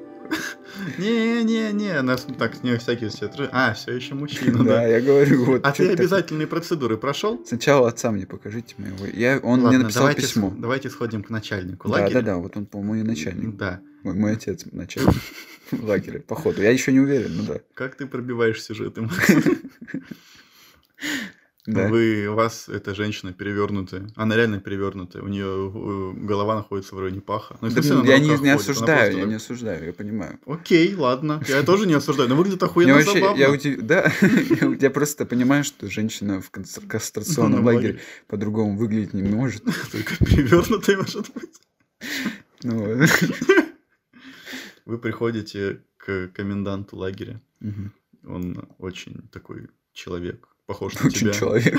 Speaker 3: Не-не-не, нас так с нее всякие все тры- А, все еще мужчина,
Speaker 2: Да,
Speaker 3: да.
Speaker 2: я говорю, вот.
Speaker 3: А
Speaker 2: чё
Speaker 3: ты
Speaker 2: это такое?
Speaker 3: обязательные процедуры прошел?
Speaker 2: Сначала отца мне покажите моего. Я, он
Speaker 3: Ладно,
Speaker 2: мне написал
Speaker 3: давайте
Speaker 2: письмо.
Speaker 3: с- давайте сходим к начальнику
Speaker 2: Да,
Speaker 3: лагеря.
Speaker 2: да, да, вот он, по-моему, и начальник.
Speaker 3: Да.
Speaker 2: Мой, мой отец начальник лагеря, походу. Я еще не уверен, ну да.
Speaker 3: Как ты пробиваешь сюжеты, Макс?
Speaker 2: <laughs> Да.
Speaker 3: Вы, у вас эта женщина перевернутая. Она реально перевернутая. У нее голова находится в районе паха. Ну,
Speaker 2: Да,
Speaker 3: естественно,
Speaker 2: я
Speaker 3: она
Speaker 2: не,
Speaker 3: в руках ходит,
Speaker 2: не
Speaker 3: она
Speaker 2: осуждаю,
Speaker 3: просто
Speaker 2: я
Speaker 3: так,
Speaker 2: не осуждаю, я понимаю.
Speaker 3: Окей, ладно. Я тоже не осуждаю, но выглядит
Speaker 2: Мне
Speaker 3: охуенно
Speaker 2: вообще,
Speaker 3: ну забавно.
Speaker 2: я удив- да, <laughs> я, я просто понимаю, что женщина в конц-
Speaker 3: Ну,
Speaker 2: кастрационном
Speaker 3: на
Speaker 2: лагере по-другому выглядеть не может.
Speaker 3: <laughs> Только перевернутый может быть.
Speaker 2: Ну, <laughs>
Speaker 3: Вы приходите к коменданту лагеря.
Speaker 2: мгм.
Speaker 3: Он очень такой человек, похож на
Speaker 2: Очень
Speaker 3: тебя.
Speaker 2: человек.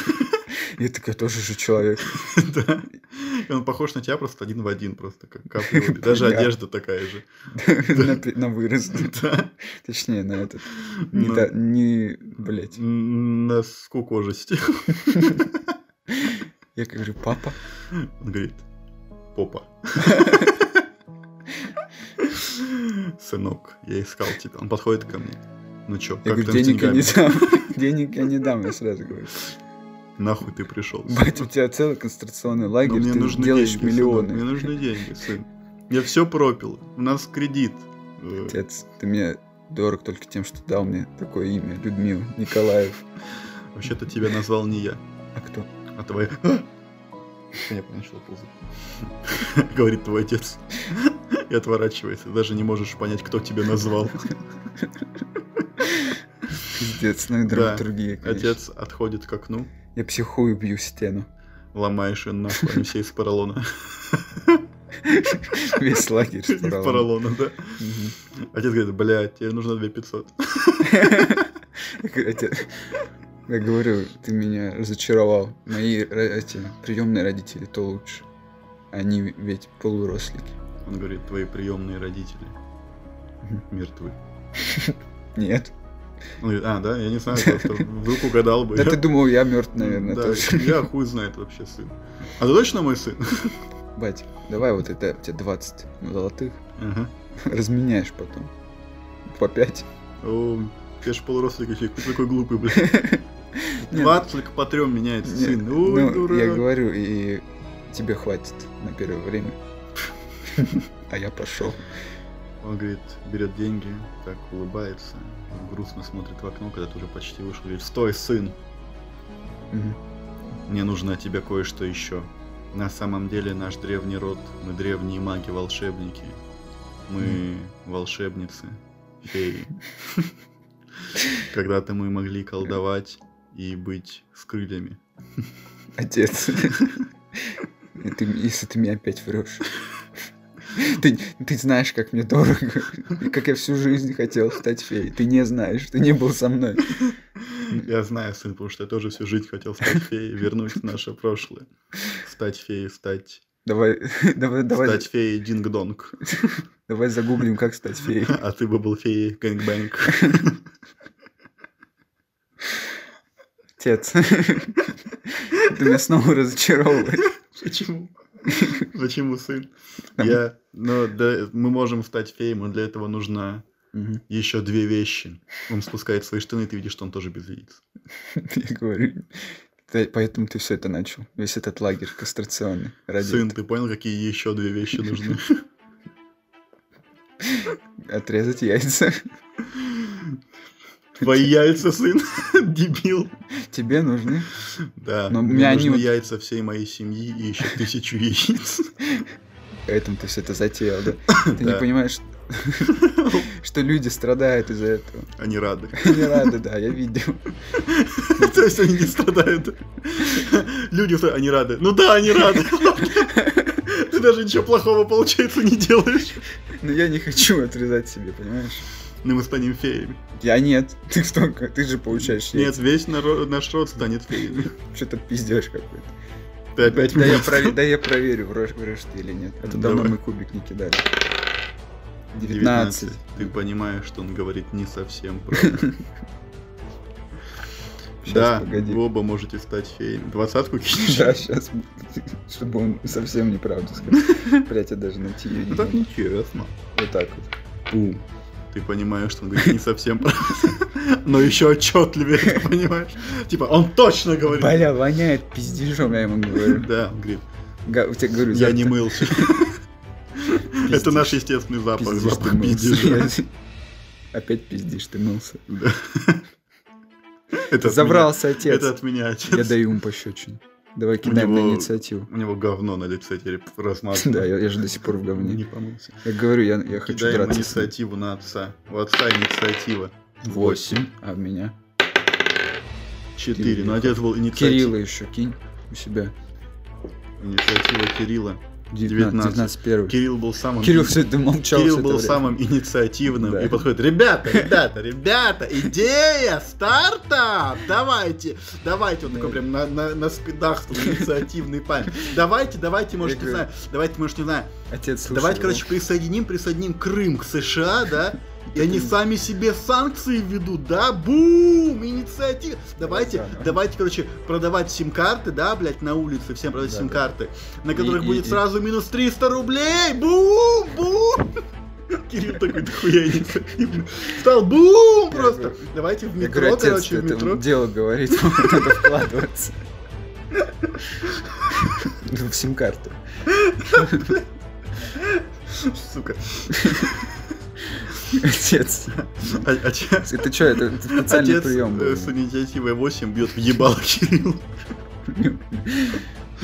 Speaker 2: Я такой тоже же человек.
Speaker 3: <laughs>
Speaker 2: <laughs>
Speaker 3: Да. И он похож на тебя просто один в один, просто как
Speaker 2: <laughs>
Speaker 3: капли воды. Даже
Speaker 2: Понятно.
Speaker 3: одежда такая же. <laughs>
Speaker 2: На при- на вырос.
Speaker 3: Да.
Speaker 2: <laughs> Точнее, на этот. Не,
Speaker 3: Ну,
Speaker 2: та- не, блядь.
Speaker 3: м, На скукожести.
Speaker 2: Я говорю, папа.
Speaker 3: <laughs> Он говорит, попа. <laughs> Сынок, я искал тебя. Он подходит ко мне. Ну чё, как
Speaker 2: Я говорю,
Speaker 3: там с
Speaker 2: денег я не
Speaker 3: деньгами?
Speaker 2: дам. <laughs> Денег я не дам, я сразу говорю.
Speaker 3: Нахуй ты пришел?
Speaker 2: Бать, у тебя целый концентрационный лагерь,
Speaker 3: мне
Speaker 2: ты
Speaker 3: нужны
Speaker 2: делаешь
Speaker 3: деньги,
Speaker 2: миллионы.
Speaker 3: сынок, Мне нужны деньги, сын. <laughs> Я все пропил. У нас кредит. Э,
Speaker 2: Отец, ты мне дорог только тем, что дал мне такое имя, Людмила Николаев.
Speaker 3: Вообще-то тебя назвал не я,
Speaker 2: А кто?
Speaker 3: а <laughs> твоя... Я начала ползать. <laughs> Говорит твой отец. И отворачивается. Даже не можешь понять, кто тебя назвал.
Speaker 2: Пиздец, ну и друг
Speaker 3: Да,
Speaker 2: другие, конечно.
Speaker 3: Отец отходит к окну,
Speaker 2: Я психую, бью стену. <laughs>
Speaker 3: ломаешь ее нахуй, они все из поролона.
Speaker 2: Весь лагерь
Speaker 3: <laughs> Из
Speaker 2: стирал.
Speaker 3: поролона, да.
Speaker 2: Мгм.
Speaker 3: Отец говорит, блядь, тебе нужно 2500.
Speaker 2: Я говорю, «Отец, Я говорю, ты меня разочаровал. Мои ро- эти приемные родители то лучше. Они ведь полурослики.
Speaker 3: Он говорит, твои приемные родители
Speaker 2: Мгм.
Speaker 3: мертвы.
Speaker 2: Нет.
Speaker 3: Он говорит, а, да, я не знаю, просто в руку гадал бы.
Speaker 2: Да
Speaker 3: Я-
Speaker 2: ты думал, я мертв, наверное,
Speaker 3: Да,
Speaker 2: тоже.
Speaker 3: Я хуй знает вообще сын. А ты точно мой сын?
Speaker 2: Бать, давай вот это, у тебя 20 золотых.
Speaker 3: Ага.
Speaker 2: Разменяешь потом. По 5.
Speaker 3: <laughs> О, я же полуродственник, человек, ты такой глупый,
Speaker 2: <laughs>
Speaker 3: блядь. 20 по 3 меняется
Speaker 2: Нет,
Speaker 3: сын. Ой,
Speaker 2: ну, я
Speaker 3: дурак.
Speaker 2: говорю, и тебе хватит на первое
Speaker 3: <laughs>
Speaker 2: время. А я пошел.
Speaker 3: Он говорит, берет деньги, так улыбается, грустно смотрит в окно, когда ты уже почти вышел, говорит, стой, сын, мне нужно от тебя кое-что еще. На самом деле наш древний род, мы древние маги-волшебники, мы волшебницы, феи. Когда-то мы могли колдовать и быть с крыльями.
Speaker 2: Отец. <laughs> И ты- Если ты мне опять врешь. Ты, ты знаешь, как мне дорого, и как я всю жизнь хотел стать феей. Ты не знаешь, ты не был со мной.
Speaker 3: Я знаю, сын, потому что я тоже всю жизнь хотел стать феей, вернуть в наше прошлое. Стать феей, стать...
Speaker 2: Давай, <laughs> давай, давай,
Speaker 3: Стать феей Динг-Донг.
Speaker 2: давай загуглим, как стать феей.
Speaker 3: А ты бы был феей Гэнгбэнг.
Speaker 2: Отец, <laughs> ты меня снова разочаровываешь.
Speaker 3: <laughs> Почему? Почему, сын? Я... Ну, да, мы можем стать феей, но для этого нужно
Speaker 2: Мгм.
Speaker 3: еще две вещи. Он спускает свои штаны, и ты видишь, что он тоже без яиц.
Speaker 2: <laughs> Я говорю, «Ты- поэтому ты все это начал. Весь этот лагерь кастрационный. Ради
Speaker 3: Сын, ты понял, какие еще две вещи <laughs> нужны?
Speaker 2: этого. отрезать яйца. <laughs>
Speaker 3: Твои яйца, сын, <laughs> дебил.
Speaker 2: Тебе нужны.
Speaker 3: Да,
Speaker 2: Но у
Speaker 3: мне
Speaker 2: меня они
Speaker 3: нужны
Speaker 2: вот-
Speaker 3: яйца всей моей семьи и еще тысячу яиц. <laughs>
Speaker 2: Поэтому ты все это затеял, да? Ты
Speaker 3: <coughs>
Speaker 2: не
Speaker 3: Да.
Speaker 2: понимаешь, <laughs> Что люди страдают из-за этого. <laughs>
Speaker 3: Они <laughs> рады.
Speaker 2: Не рады, да, я видел.
Speaker 3: То есть они не страдают. Люди, страдают, они рады. Ну да, они <laughs> рады. Ты даже ничего плохого, получается, не делаешь.
Speaker 2: Но я не хочу отрезать себе, понимаешь?
Speaker 3: Ну мы станем феями.
Speaker 2: Я нет. <laughs> Ты что, ты же получаешь
Speaker 3: Нет, весь наро- наш род станет феями.
Speaker 2: Что-то пиздешь какой-то.
Speaker 3: Ты опять
Speaker 2: Да я,
Speaker 3: вырос.
Speaker 2: прове- да я проверю, врешь, врешь ты или нет. А то давно
Speaker 3: Давай.
Speaker 2: мы кубик не кидали. 19.
Speaker 3: Ты понимаешь, что он говорит не
Speaker 2: <laughs>
Speaker 3: совсем правильно. Да,
Speaker 2: погоди.
Speaker 3: вы оба можете стать феями. Двадцатку кинешь?
Speaker 2: Да, сейчас, чтобы он совсем неправду сказал. Блять, я даже найти ее не
Speaker 3: Ну так
Speaker 2: могу.
Speaker 3: нечестно.
Speaker 2: Вот так вот.
Speaker 3: Пум. Ты понимаешь, что он говорит не совсем правильно, <laughs> но еще отчетливее, ты понимаешь? Типа, он точно говорит.
Speaker 2: Бля, воняет пиздежом, я ему говорю.
Speaker 3: Да, он говорит,
Speaker 2: Га- Я тебе говорю,
Speaker 3: я не
Speaker 2: завтра <laughs>
Speaker 3: мылся. Это наш естественный запах,
Speaker 2: пиздишь, ты
Speaker 3: запах
Speaker 2: мылся. <laughs>
Speaker 3: пиздежа.
Speaker 2: Опять пиздишь, ты мылся.
Speaker 3: Да. Это от
Speaker 2: Забрался
Speaker 3: меня-
Speaker 2: отец.
Speaker 3: Это от меня,
Speaker 2: Я
Speaker 3: отец.
Speaker 2: даю ему пощечину. Давай кидаем на
Speaker 3: него-
Speaker 2: инициативу.
Speaker 3: <laughs>
Speaker 2: <laughs>
Speaker 3: У него говно на лице теперь размазано.
Speaker 2: Да, я, я же до сих пор в
Speaker 3: Не
Speaker 2: говне.
Speaker 3: помылся.
Speaker 2: Я говорю, я, я хочу
Speaker 3: Кидаем
Speaker 2: драться. с ним.
Speaker 3: инициативу на отца. У отца инициатива.
Speaker 2: Восемь. А в меня?
Speaker 3: Четыре. Но отец был
Speaker 2: Кирилла
Speaker 3: инициатива.
Speaker 2: еще кинь у себя.
Speaker 3: Инициатива Кирилла.
Speaker 2: 19, 19 первый.
Speaker 3: Кирилл был самым...
Speaker 2: Кирилл все это молчал.
Speaker 3: Кирилл
Speaker 2: всё это
Speaker 3: был
Speaker 2: время.
Speaker 3: самым инициативным
Speaker 2: Да.
Speaker 3: и подходит, ребята, ребята, ребята, идея, стартап, давайте, давайте, он такой прям на, на, на спидах, что инициативный парень, давайте, давайте, может, не
Speaker 2: Я говорю-
Speaker 3: знаю, давайте, может, не знаю,
Speaker 2: Отец слушал
Speaker 3: давайте,
Speaker 2: его.
Speaker 3: короче, присоединим, присоединим Крым к США, да,
Speaker 2: <laughs>
Speaker 3: и они сами себе санкции ведут, да, бум, инициатива, давайте,
Speaker 2: Красава.
Speaker 3: давайте, короче, продавать сим-карты, да, блядь, на улице, всем продавать
Speaker 2: Да, да.
Speaker 3: сим-карты, на
Speaker 2: И-
Speaker 3: которых
Speaker 2: и-
Speaker 3: будет
Speaker 2: и-
Speaker 3: сразу минус 300 рублей, бум, бум, <laughs> Кирилл такой, да хуя инициативный. <laughs> Стал бум просто.
Speaker 2: говорю-
Speaker 3: Давайте в
Speaker 2: Я говорю,
Speaker 3: метро,
Speaker 2: отец,
Speaker 3: короче,
Speaker 2: ты
Speaker 3: в
Speaker 2: это
Speaker 3: метро.
Speaker 2: дело говорит, <laughs> надо вкладываться. Ну, В сим-карту.
Speaker 3: <laughs> Сука.
Speaker 2: Отец.
Speaker 3: А- отец-
Speaker 2: Это что, это специальный
Speaker 3: Отец
Speaker 2: прием
Speaker 3: э,
Speaker 2: был.
Speaker 3: с инициативой 8 бьет в ебало <laughs> Кирилл.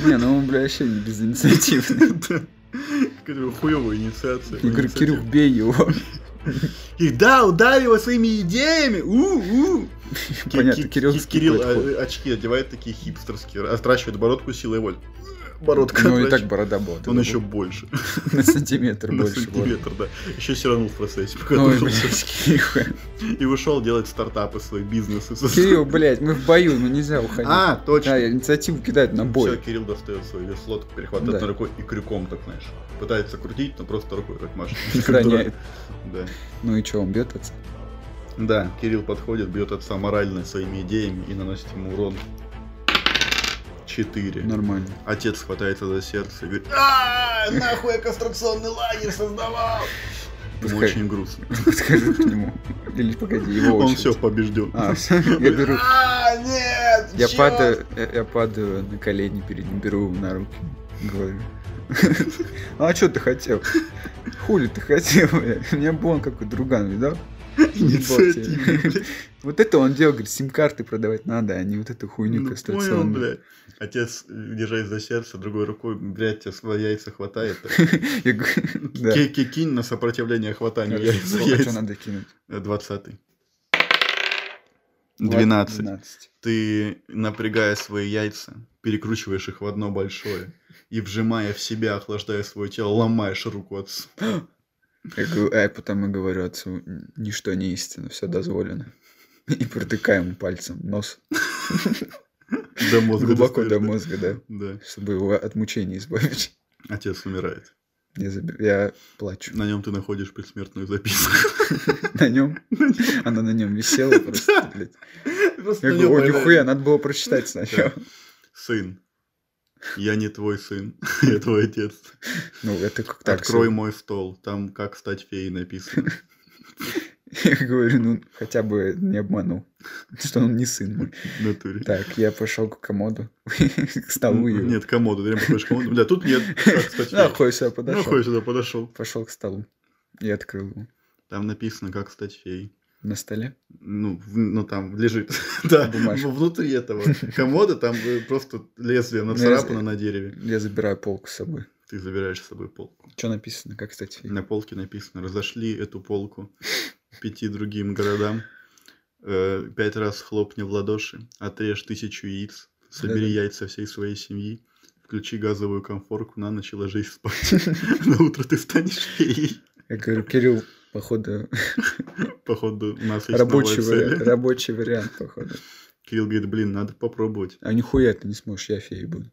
Speaker 2: Не, ну он, бля, вообще
Speaker 3: <laughs>
Speaker 2: не безинициативный.
Speaker 3: Какая-то хуёвая инициация.
Speaker 2: Я говорю,
Speaker 3: инициатива.
Speaker 2: Кирюх, бей его. <laughs>
Speaker 3: И да, ударь его своими идеями. У-у. Ки-
Speaker 2: Понятно,
Speaker 3: ки-
Speaker 2: Кирилл
Speaker 3: ки- Кирилл э, очки одевает такие хипстерские, отращивает бородку силой воли. Бородка
Speaker 2: Ну и так
Speaker 3: отращивает.
Speaker 2: борода была. ты
Speaker 3: Он
Speaker 2: был
Speaker 3: еще больше.
Speaker 2: <laughs> На
Speaker 3: <laughs>
Speaker 2: сантиметр
Speaker 3: На
Speaker 2: больше. была.
Speaker 3: сантиметр, да. Еще сиранул в процессе, пока
Speaker 2: Ой,
Speaker 3: душился.
Speaker 2: блядь,
Speaker 3: <laughs>
Speaker 2: Кирилл.
Speaker 3: И ушел делать стартапы, свои бизнесы.
Speaker 2: Кирилл, блядь, мы в бою, ну нельзя
Speaker 3: <laughs>
Speaker 2: уходить.
Speaker 3: А, Ну,
Speaker 2: Да,
Speaker 3: точно.
Speaker 2: я инициативу кидать на
Speaker 3: Все,
Speaker 2: бой.
Speaker 3: Кирилл достает свой весло, так перехватывает
Speaker 2: Да.
Speaker 3: одной рукой и крюком, так знаешь. Пытается крутить, но просто рукой так
Speaker 2: <laughs>
Speaker 3: машет.
Speaker 2: Роняет.
Speaker 3: Да.
Speaker 2: Ну и что, он бьет отца?
Speaker 3: Да, Кирилл подходит, бьет отца морально своими идеями и наносит ему урон. Четыре.
Speaker 2: Нормально.
Speaker 3: Отец хватается за сердце и говорит, «А, нахуй я конструкционный лагерь создавал! Ему
Speaker 2: Пускай.
Speaker 3: очень грустно.
Speaker 2: Подхожу к нему. Или погоди, его
Speaker 3: Он
Speaker 2: очередь.
Speaker 3: все побежден.
Speaker 2: А, всё, я беру...
Speaker 3: А, нет!
Speaker 2: Я
Speaker 3: чёрт!» <laughs>
Speaker 2: падаю, я, я падаю на колени перед ним, беру его на руки. Говорю. А что ты хотел? Хули ты хотел, бля? У меня бон какой друган, видал?
Speaker 3: Инициативный,
Speaker 2: <laughs> Ебать,
Speaker 3: блядь. Ну,
Speaker 2: Вот это он делал, говорит, сим-карты продавать надо, а не вот эту хуйню
Speaker 3: Ну, понял,
Speaker 2: конструкционную.
Speaker 3: блядь. Отец, э, держась за сердце, другой рукой, блядь, тебя свои яйца хватает.
Speaker 2: Я говорю, <laughs> да.
Speaker 3: Ки- ки- Кинь на сопротивление хватанию
Speaker 2: Короче,
Speaker 3: яйца.
Speaker 2: ну, а чё
Speaker 3: яйца.
Speaker 2: надо кинуть?
Speaker 3: Э, Двадцатый.
Speaker 2: Ладно,
Speaker 3: Двенадцать.
Speaker 2: 12.
Speaker 3: ты, напрягая свои яйца, перекручиваешь их в одно большое и, вжимая в себя, охлаждая свое тело, ломаешь руку отцу.
Speaker 2: Я, говорю, а я потом и говорю отцу, «Н- ничто не истинно, все дозволено. <laughs> И протыкаю ему пальцем нос
Speaker 3: До мозга.
Speaker 2: глубоко до
Speaker 3: достаешь, да?
Speaker 2: мозга, да,
Speaker 3: Да.
Speaker 2: чтобы его от мучений избавить.
Speaker 3: Отец умирает.
Speaker 2: Я, заб- я плачу.
Speaker 3: <laughs>
Speaker 2: <laughs>
Speaker 3: На нем ты находишь предсмертную записку.
Speaker 2: На нем? Она на нем висела просто,
Speaker 3: Да.
Speaker 2: блядь.
Speaker 3: Просто
Speaker 2: Я
Speaker 3: на нём
Speaker 2: говорю, о, нихуя,
Speaker 3: появляется.
Speaker 2: надо
Speaker 3: <laughs>
Speaker 2: было прочитать сначала.
Speaker 3: Сын, я не твой сын, <laughs> я твой отец.
Speaker 2: Ну, это как так.
Speaker 3: Открой
Speaker 2: всё.
Speaker 3: мой стол, там как стать феей написано.
Speaker 2: <laughs> Я говорю, ну, хотя бы не обманул, что он не сын мой.
Speaker 3: В натуре.
Speaker 2: Так, я пошел к комоду, <laughs> к столу и...
Speaker 3: Нет, комоду, ты прям подходишь к комоду. Бля, тут нет, как стать
Speaker 2: Да,
Speaker 3: феей.
Speaker 2: хуй сюда
Speaker 3: Ну,
Speaker 2: подошел.
Speaker 3: хуй сюда подошел.
Speaker 2: Пошел к столу и открыл его.
Speaker 3: Там написано, как стать феей.
Speaker 2: На столе?
Speaker 3: ну, в- ну там лежит, <laughs> да,
Speaker 2: Бумажка.
Speaker 3: в- внутри этого комода там э, просто лезвие нацарапано на дереве.
Speaker 2: Я забираю полку с собой.
Speaker 3: Ты забираешь с собой полку.
Speaker 2: Что написано, как, кстати?
Speaker 3: На полке написано, разошли эту полку пяти другим городам, э, пять раз хлопни в ладоши, отрежь тысячу яиц, собери
Speaker 2: Да-да.
Speaker 3: яйца всей своей семьи, включи газовую комфорку, на ночь и ложись спать. <laughs> На утро ты станешь феей.
Speaker 2: Я говорю, Кирилл, походу,
Speaker 3: Походу, у нас есть новая
Speaker 2: рабочий вариант,
Speaker 3: цель.
Speaker 2: рабочий вариант, походу.
Speaker 3: Кирилл говорит, блин, надо попробовать.
Speaker 2: А нихуя ты не сможешь, я феей буду.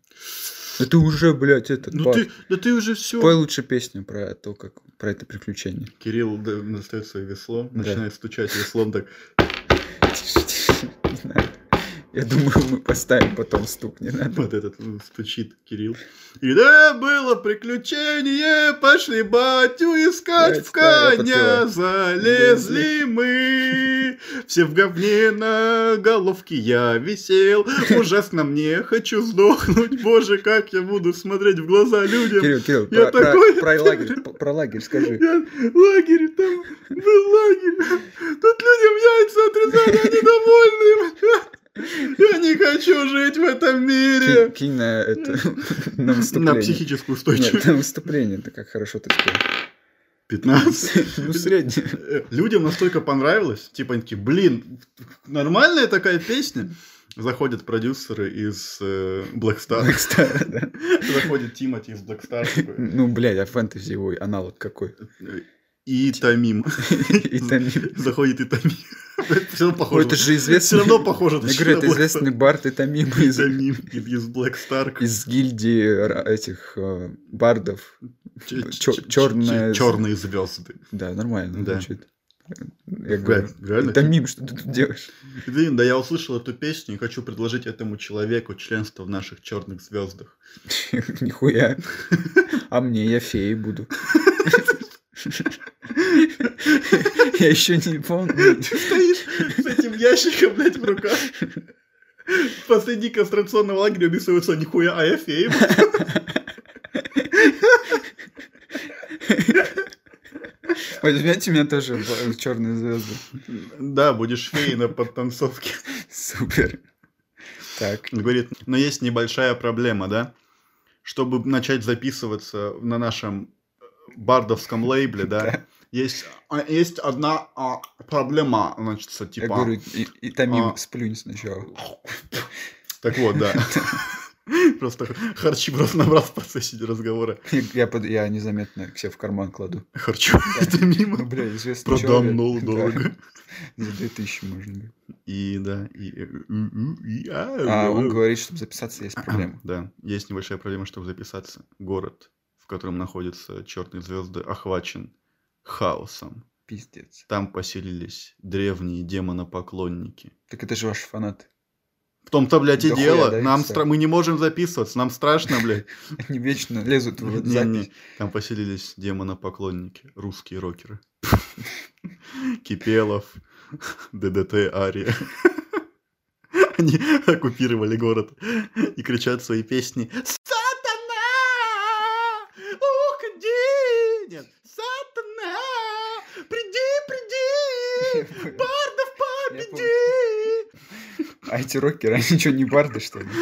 Speaker 2: Да ты уже, блядь, этот,
Speaker 3: Ну
Speaker 2: пап,
Speaker 3: ты, да ты уже все.
Speaker 2: Пой лучше песню про то, как про это приключение.
Speaker 3: Кирилл да- достает свое весло,
Speaker 2: Да.
Speaker 3: начинает стучать веслом так.
Speaker 2: Тише, тише, <laughs> не надо. Я думаю, мы поставим потом стук, не надо.
Speaker 3: Вот этот м, стучит Кирилл. И да, было приключение, пошли батю искать в
Speaker 2: Блядь, да, Э, я
Speaker 3: коня,
Speaker 2: подпеваю.
Speaker 3: залезли мы. Все в говне на головке я висел, ужасно мне хочу сдохнуть, боже, как я буду смотреть в глаза людям.
Speaker 2: Кирилл, Кирилл,
Speaker 3: Я
Speaker 2: про, про-
Speaker 3: такой- <laughs>
Speaker 2: про лагерь, п- про лагерь скажи.
Speaker 3: Я- лагерь, там был лагерь, тут людям яйца отрезали, они довольны. Я не хочу жить в этом мире.
Speaker 2: Кинь,
Speaker 3: <laughs>
Speaker 2: кинь на это, <laughs> на
Speaker 3: На
Speaker 2: выступление.
Speaker 3: психическую
Speaker 2: Нет,
Speaker 3: устойчивость.
Speaker 2: на выступление, то как хорошо ты спел.
Speaker 3: 15.
Speaker 2: Ну, средний.
Speaker 3: Э, Людям настолько понравилось, типа они такие, блин, нормальная такая песня. Заходят продюсеры из э, Black Star.
Speaker 2: Blackstar, да.
Speaker 3: Заходит Тимати из Black Star. такой,
Speaker 2: Ну, блядь, а фэнтези его
Speaker 3: <laughs>
Speaker 2: аналог какой?
Speaker 3: э, И Тамим.
Speaker 2: И там-
Speaker 3: Заходит и Тамим. <laughs> Все равно
Speaker 2: Ой,
Speaker 3: похоже.
Speaker 2: это же известный...
Speaker 3: Все равно похоже.
Speaker 2: Я говорю, это известный бард и тамим из,
Speaker 3: Тамим из Black Star.
Speaker 2: из гильдии ра- этих э, бардов. чё- чёрная-
Speaker 3: Черные звезды.
Speaker 2: Да, нормально
Speaker 3: Да.
Speaker 2: звучит. Я говорю,
Speaker 3: Реально?
Speaker 2: «И тамим, что ты тут делаешь? <laughs>
Speaker 3: Блин, да я услышал эту песню и хочу предложить этому человеку членство в наших черных звездах.
Speaker 2: <laughs>
Speaker 3: <laughs>
Speaker 2: Нихуя. А мне я феей буду. <laughs> Я еще не помню.
Speaker 3: Ты стоишь с этим ящиком, блядь, в руках. Посреди концентрационного лагеря рисуется нихуя, а я фея.
Speaker 2: <laughs> Возьмете меня тоже в черную звезду.
Speaker 3: Да, будешь феей на подтанцовке.
Speaker 2: Супер. Так.
Speaker 3: Он говорит, но есть небольшая проблема, да? Чтобы начать записываться на нашем э, бардовском лейбле, да, есть, а, есть одна а, проблема, значит, типа...
Speaker 2: Я говорю, и, и тамим
Speaker 3: а.
Speaker 2: сплюнь сначала.
Speaker 3: <laughs> Так вот, да. <laughs> Просто харчи просто набрал в процессе разговора.
Speaker 2: Я, я под- я незаметно к себе в карман кладу.
Speaker 3: Харчу <laughs> это
Speaker 2: Ну,
Speaker 3: мимо.
Speaker 2: бля, известный
Speaker 3: Продам,
Speaker 2: человек.
Speaker 3: но
Speaker 2: Да.
Speaker 3: дорого.
Speaker 2: За 2000 можно. говорить.
Speaker 3: И да, и... э, и- и-
Speaker 2: А он говорит, чтобы записаться есть проблема.
Speaker 3: Да, есть небольшая проблема, чтобы записаться. Город, в котором находятся черные звезды, охвачен хаосом.
Speaker 2: Пиздец.
Speaker 3: Там поселились древние демонопоклонники.
Speaker 2: Так это же ваши фанаты.
Speaker 3: В том-то, блядь, и
Speaker 2: Да хуя,
Speaker 3: дело.
Speaker 2: да, и
Speaker 3: Нам
Speaker 2: всё.
Speaker 3: стра- Мы не можем записываться, нам страшно, блядь.
Speaker 2: Они вечно <laughs> лезут в
Speaker 3: Не, не,
Speaker 2: запись.
Speaker 3: Там поселились демонопоклонники, русские рокеры. <laughs> Кипелов, ДДТ, Ария. <laughs> Они оккупировали город и кричат свои песни «Сатана! Уходи! Нет, Сатана! Приди,
Speaker 2: <laughs>
Speaker 3: приди! Бардов победи!»
Speaker 2: А эти рокеры, они что, не барды, что ли?
Speaker 3: <laughs>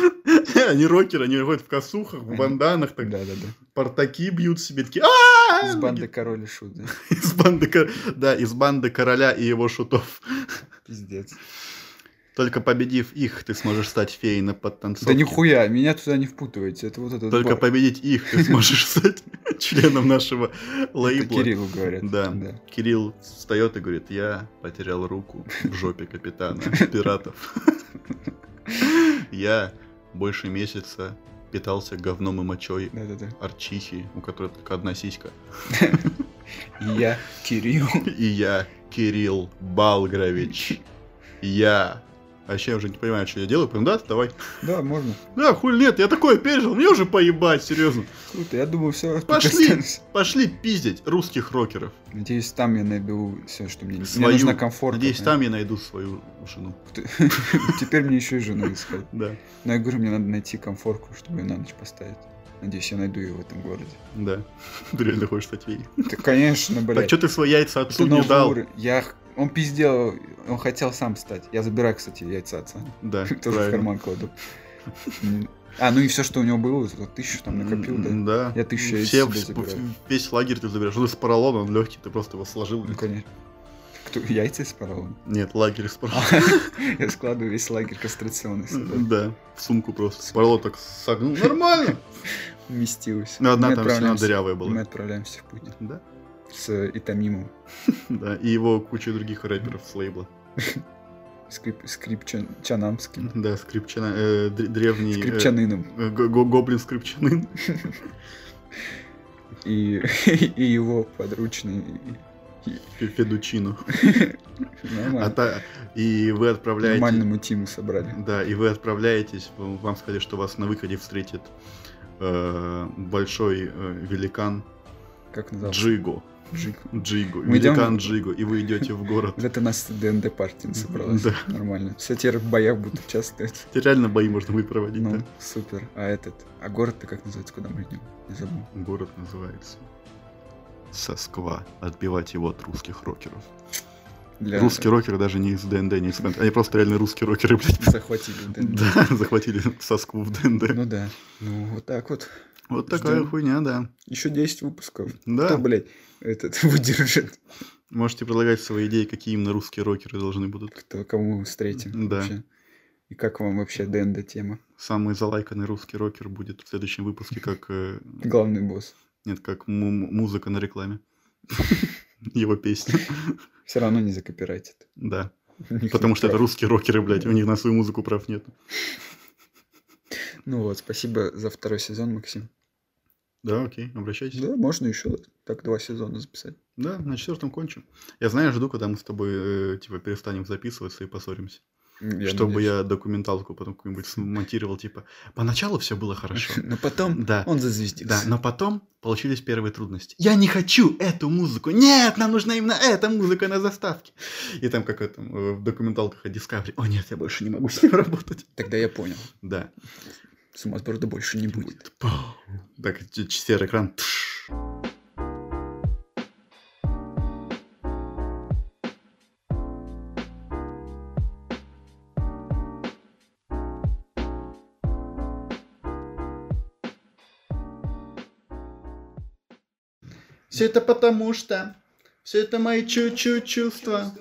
Speaker 3: Они рокеры, они ходят в косухах, в
Speaker 2: Они-
Speaker 3: банданах, так,
Speaker 2: Да-да-да.
Speaker 3: портаки бьют себе, такие «А, ну «А-а-а!»
Speaker 2: Из банды Король и Шут, да.
Speaker 3: Из банды, кор- да, из банды короля и его шутов.
Speaker 2: Пиздец.
Speaker 3: Только победив их, ты сможешь стать феей на подтанцовке.
Speaker 2: Да нихуя, меня туда не впутывайте. Это вот этот
Speaker 3: Только
Speaker 2: бар.
Speaker 3: победить их, ты сможешь стать <laughs> членом нашего
Speaker 2: Это
Speaker 3: лейбла.
Speaker 2: Кириллу говорят.
Speaker 3: Да. Кирилл встает и говорит, я потерял руку в жопе
Speaker 2: <laughs>
Speaker 3: капитана пиратов. Я больше месяца питался говном и мочой
Speaker 2: Да-да-да.
Speaker 3: арчихи, у которой только одна сиська.
Speaker 2: И я Кирилл. <laughs>
Speaker 3: И я Кирилл Балгрович. Я... Вообще я уже не понимаю, что я делаю. Поэтому, да, давай.
Speaker 2: Да, можно.
Speaker 3: Да, хуй нет, я такое пережил, мне уже поебать, серьезно.
Speaker 2: Круто, я думаю, все.
Speaker 3: Пошли. Пошли пиздить русских рокеров.
Speaker 2: Надеюсь, там я найду все, что мне,
Speaker 3: Свою.
Speaker 2: мне нужно комфортно.
Speaker 3: Надеюсь, там я найду свою жену.
Speaker 2: <laughs> Теперь мне еще и жену искать.
Speaker 3: Да,
Speaker 2: Но Ну, я говорю, мне надо найти комфортку, чтобы ее на ночь поставить. Надеюсь, я найду ее в этом городе.
Speaker 3: да. <laughs> Ты реально хочешь стать феей.
Speaker 2: Да, конечно,
Speaker 3: Так
Speaker 2: блядь.
Speaker 3: что ты свои яйца
Speaker 2: Это
Speaker 3: отцу не
Speaker 2: новый
Speaker 3: дал?
Speaker 2: уровень. Я... х- Он пиздел, он хотел сам стать. Я забираю, кстати, яйца отца.
Speaker 3: Да,
Speaker 2: <laughs> Тоже в
Speaker 3: правильно.
Speaker 2: карман кладу. М, А, ну и все, что у него было, вот тысячу там накопил, да?
Speaker 3: М, Да.
Speaker 2: Я тысячу
Speaker 3: Все,
Speaker 2: себе
Speaker 3: вс-
Speaker 2: забираю.
Speaker 3: в- весь лагерь ты забираешь. Он из поролона, он легкий, ты просто его сложил.
Speaker 2: Ну, конечно. Кто, яйца из поролона?
Speaker 3: Нет, лагерь из
Speaker 2: А,
Speaker 3: поролона.
Speaker 2: <laughs> Я складываю весь лагерь кастрационный сюда.
Speaker 3: Да, в сумку просто. Поролон так согнул. Нормально.
Speaker 2: Вместилось.
Speaker 3: Ну, одна
Speaker 2: Мы
Speaker 3: там все равно
Speaker 2: отправляемся-
Speaker 3: дырявая
Speaker 2: Мы
Speaker 3: была.
Speaker 2: отправляемся в путь.
Speaker 3: Да,
Speaker 2: С э, Итамимом.
Speaker 3: да. И его куча других рэперов с лейбла.
Speaker 2: Скрип, скрипчан, чанамским.
Speaker 3: Да, скрипчана, э, др- древний... э,
Speaker 2: Скрипчаныном.
Speaker 3: э, го- го- Гоблин скрипчанын.
Speaker 2: И, <laughs> и его подручный.
Speaker 3: <laughs> Фе- Федучино. А
Speaker 2: Нормально.
Speaker 3: та- И вы отправляете...
Speaker 2: Нормальному Тиму собрали.
Speaker 3: Да, и вы отправляетесь, в- вам сказали, что вас на выходе встретит э, большой э, великан
Speaker 2: Как назывался?
Speaker 3: Джиго.
Speaker 2: Джик.
Speaker 3: Джиго.
Speaker 2: Мы идем-
Speaker 3: великан Джиго. И вы идете в город.
Speaker 2: Вот Это нас ДНД партия собралась.
Speaker 3: Да.
Speaker 2: Нормально. Все теперь в боях будут участвовать.
Speaker 3: Теперь реально бои можно будет проводить,
Speaker 2: Ну,
Speaker 3: да?
Speaker 2: супер. А этот? А город-то как называется, куда мы идем? Не забыл.
Speaker 3: Город называется Сосква. Отбивать его от русских рокеров.
Speaker 2: Для...
Speaker 3: Русские рокеры даже не из ДНД, не из ДНД. Они просто реально русские рокеры,
Speaker 2: <laughs>
Speaker 3: блядь.
Speaker 2: Захватили ДНД.
Speaker 3: Да, захватили Соскву в ДНД.
Speaker 2: Ну да. Ну вот так вот.
Speaker 3: Вот такая
Speaker 2: ждём.
Speaker 3: хуйня, да.
Speaker 2: Еще 10 выпусков. Кто,
Speaker 3: Да,
Speaker 2: блядь, этот <laughs> выдержит?
Speaker 3: можете предлагать свои идеи, какие именно русские рокеры должны будут.
Speaker 2: Кто, кому мы встретим
Speaker 3: Да.
Speaker 2: вообще? И как вам вообще ДНД тема?
Speaker 3: Самый залайканный русский рокер будет в следующем выпуске, как... э,
Speaker 2: Главный босс.
Speaker 3: Нет, как му- му- музыка на рекламе. <laughs> Его песни.
Speaker 2: Все равно не закопирайтит.
Speaker 3: Да.
Speaker 2: У них
Speaker 3: Потому
Speaker 2: нет
Speaker 3: что это
Speaker 2: прав.
Speaker 3: русские рокеры, блядь, у них на свою музыку прав нет.
Speaker 2: Ну вот, спасибо за второй сезон, Максим.
Speaker 3: Да, окей, обращайтесь.
Speaker 2: Да, можно еще так два сезона записать.
Speaker 3: Да, на четвертом кончим. Я знаю, жду, когда мы с тобой, э, типа, перестанем записываться и поссоримся.
Speaker 2: М,
Speaker 3: чтобы
Speaker 2: Ну, надеюсь.
Speaker 3: я документалку потом какую-нибудь смонтировал, типа, поначалу все было хорошо.
Speaker 2: <laughs> Но потом
Speaker 3: Да.
Speaker 2: он
Speaker 3: Да,
Speaker 2: зазвездился.
Speaker 3: но потом получились первые трудности. Я не хочу эту музыку. Нет, нам нужна именно эта музыка на заставке. И там как это, э, в документалках о Discovery. О нет, я больше не могу с ним работать.
Speaker 2: Тогда я понял.
Speaker 3: Да.
Speaker 2: Сумасборда больше не будет.
Speaker 3: Пау. <gasps> Так, ч- ч- серый экран. Тш. Все это потому что... Все это мои чу-чу чувства.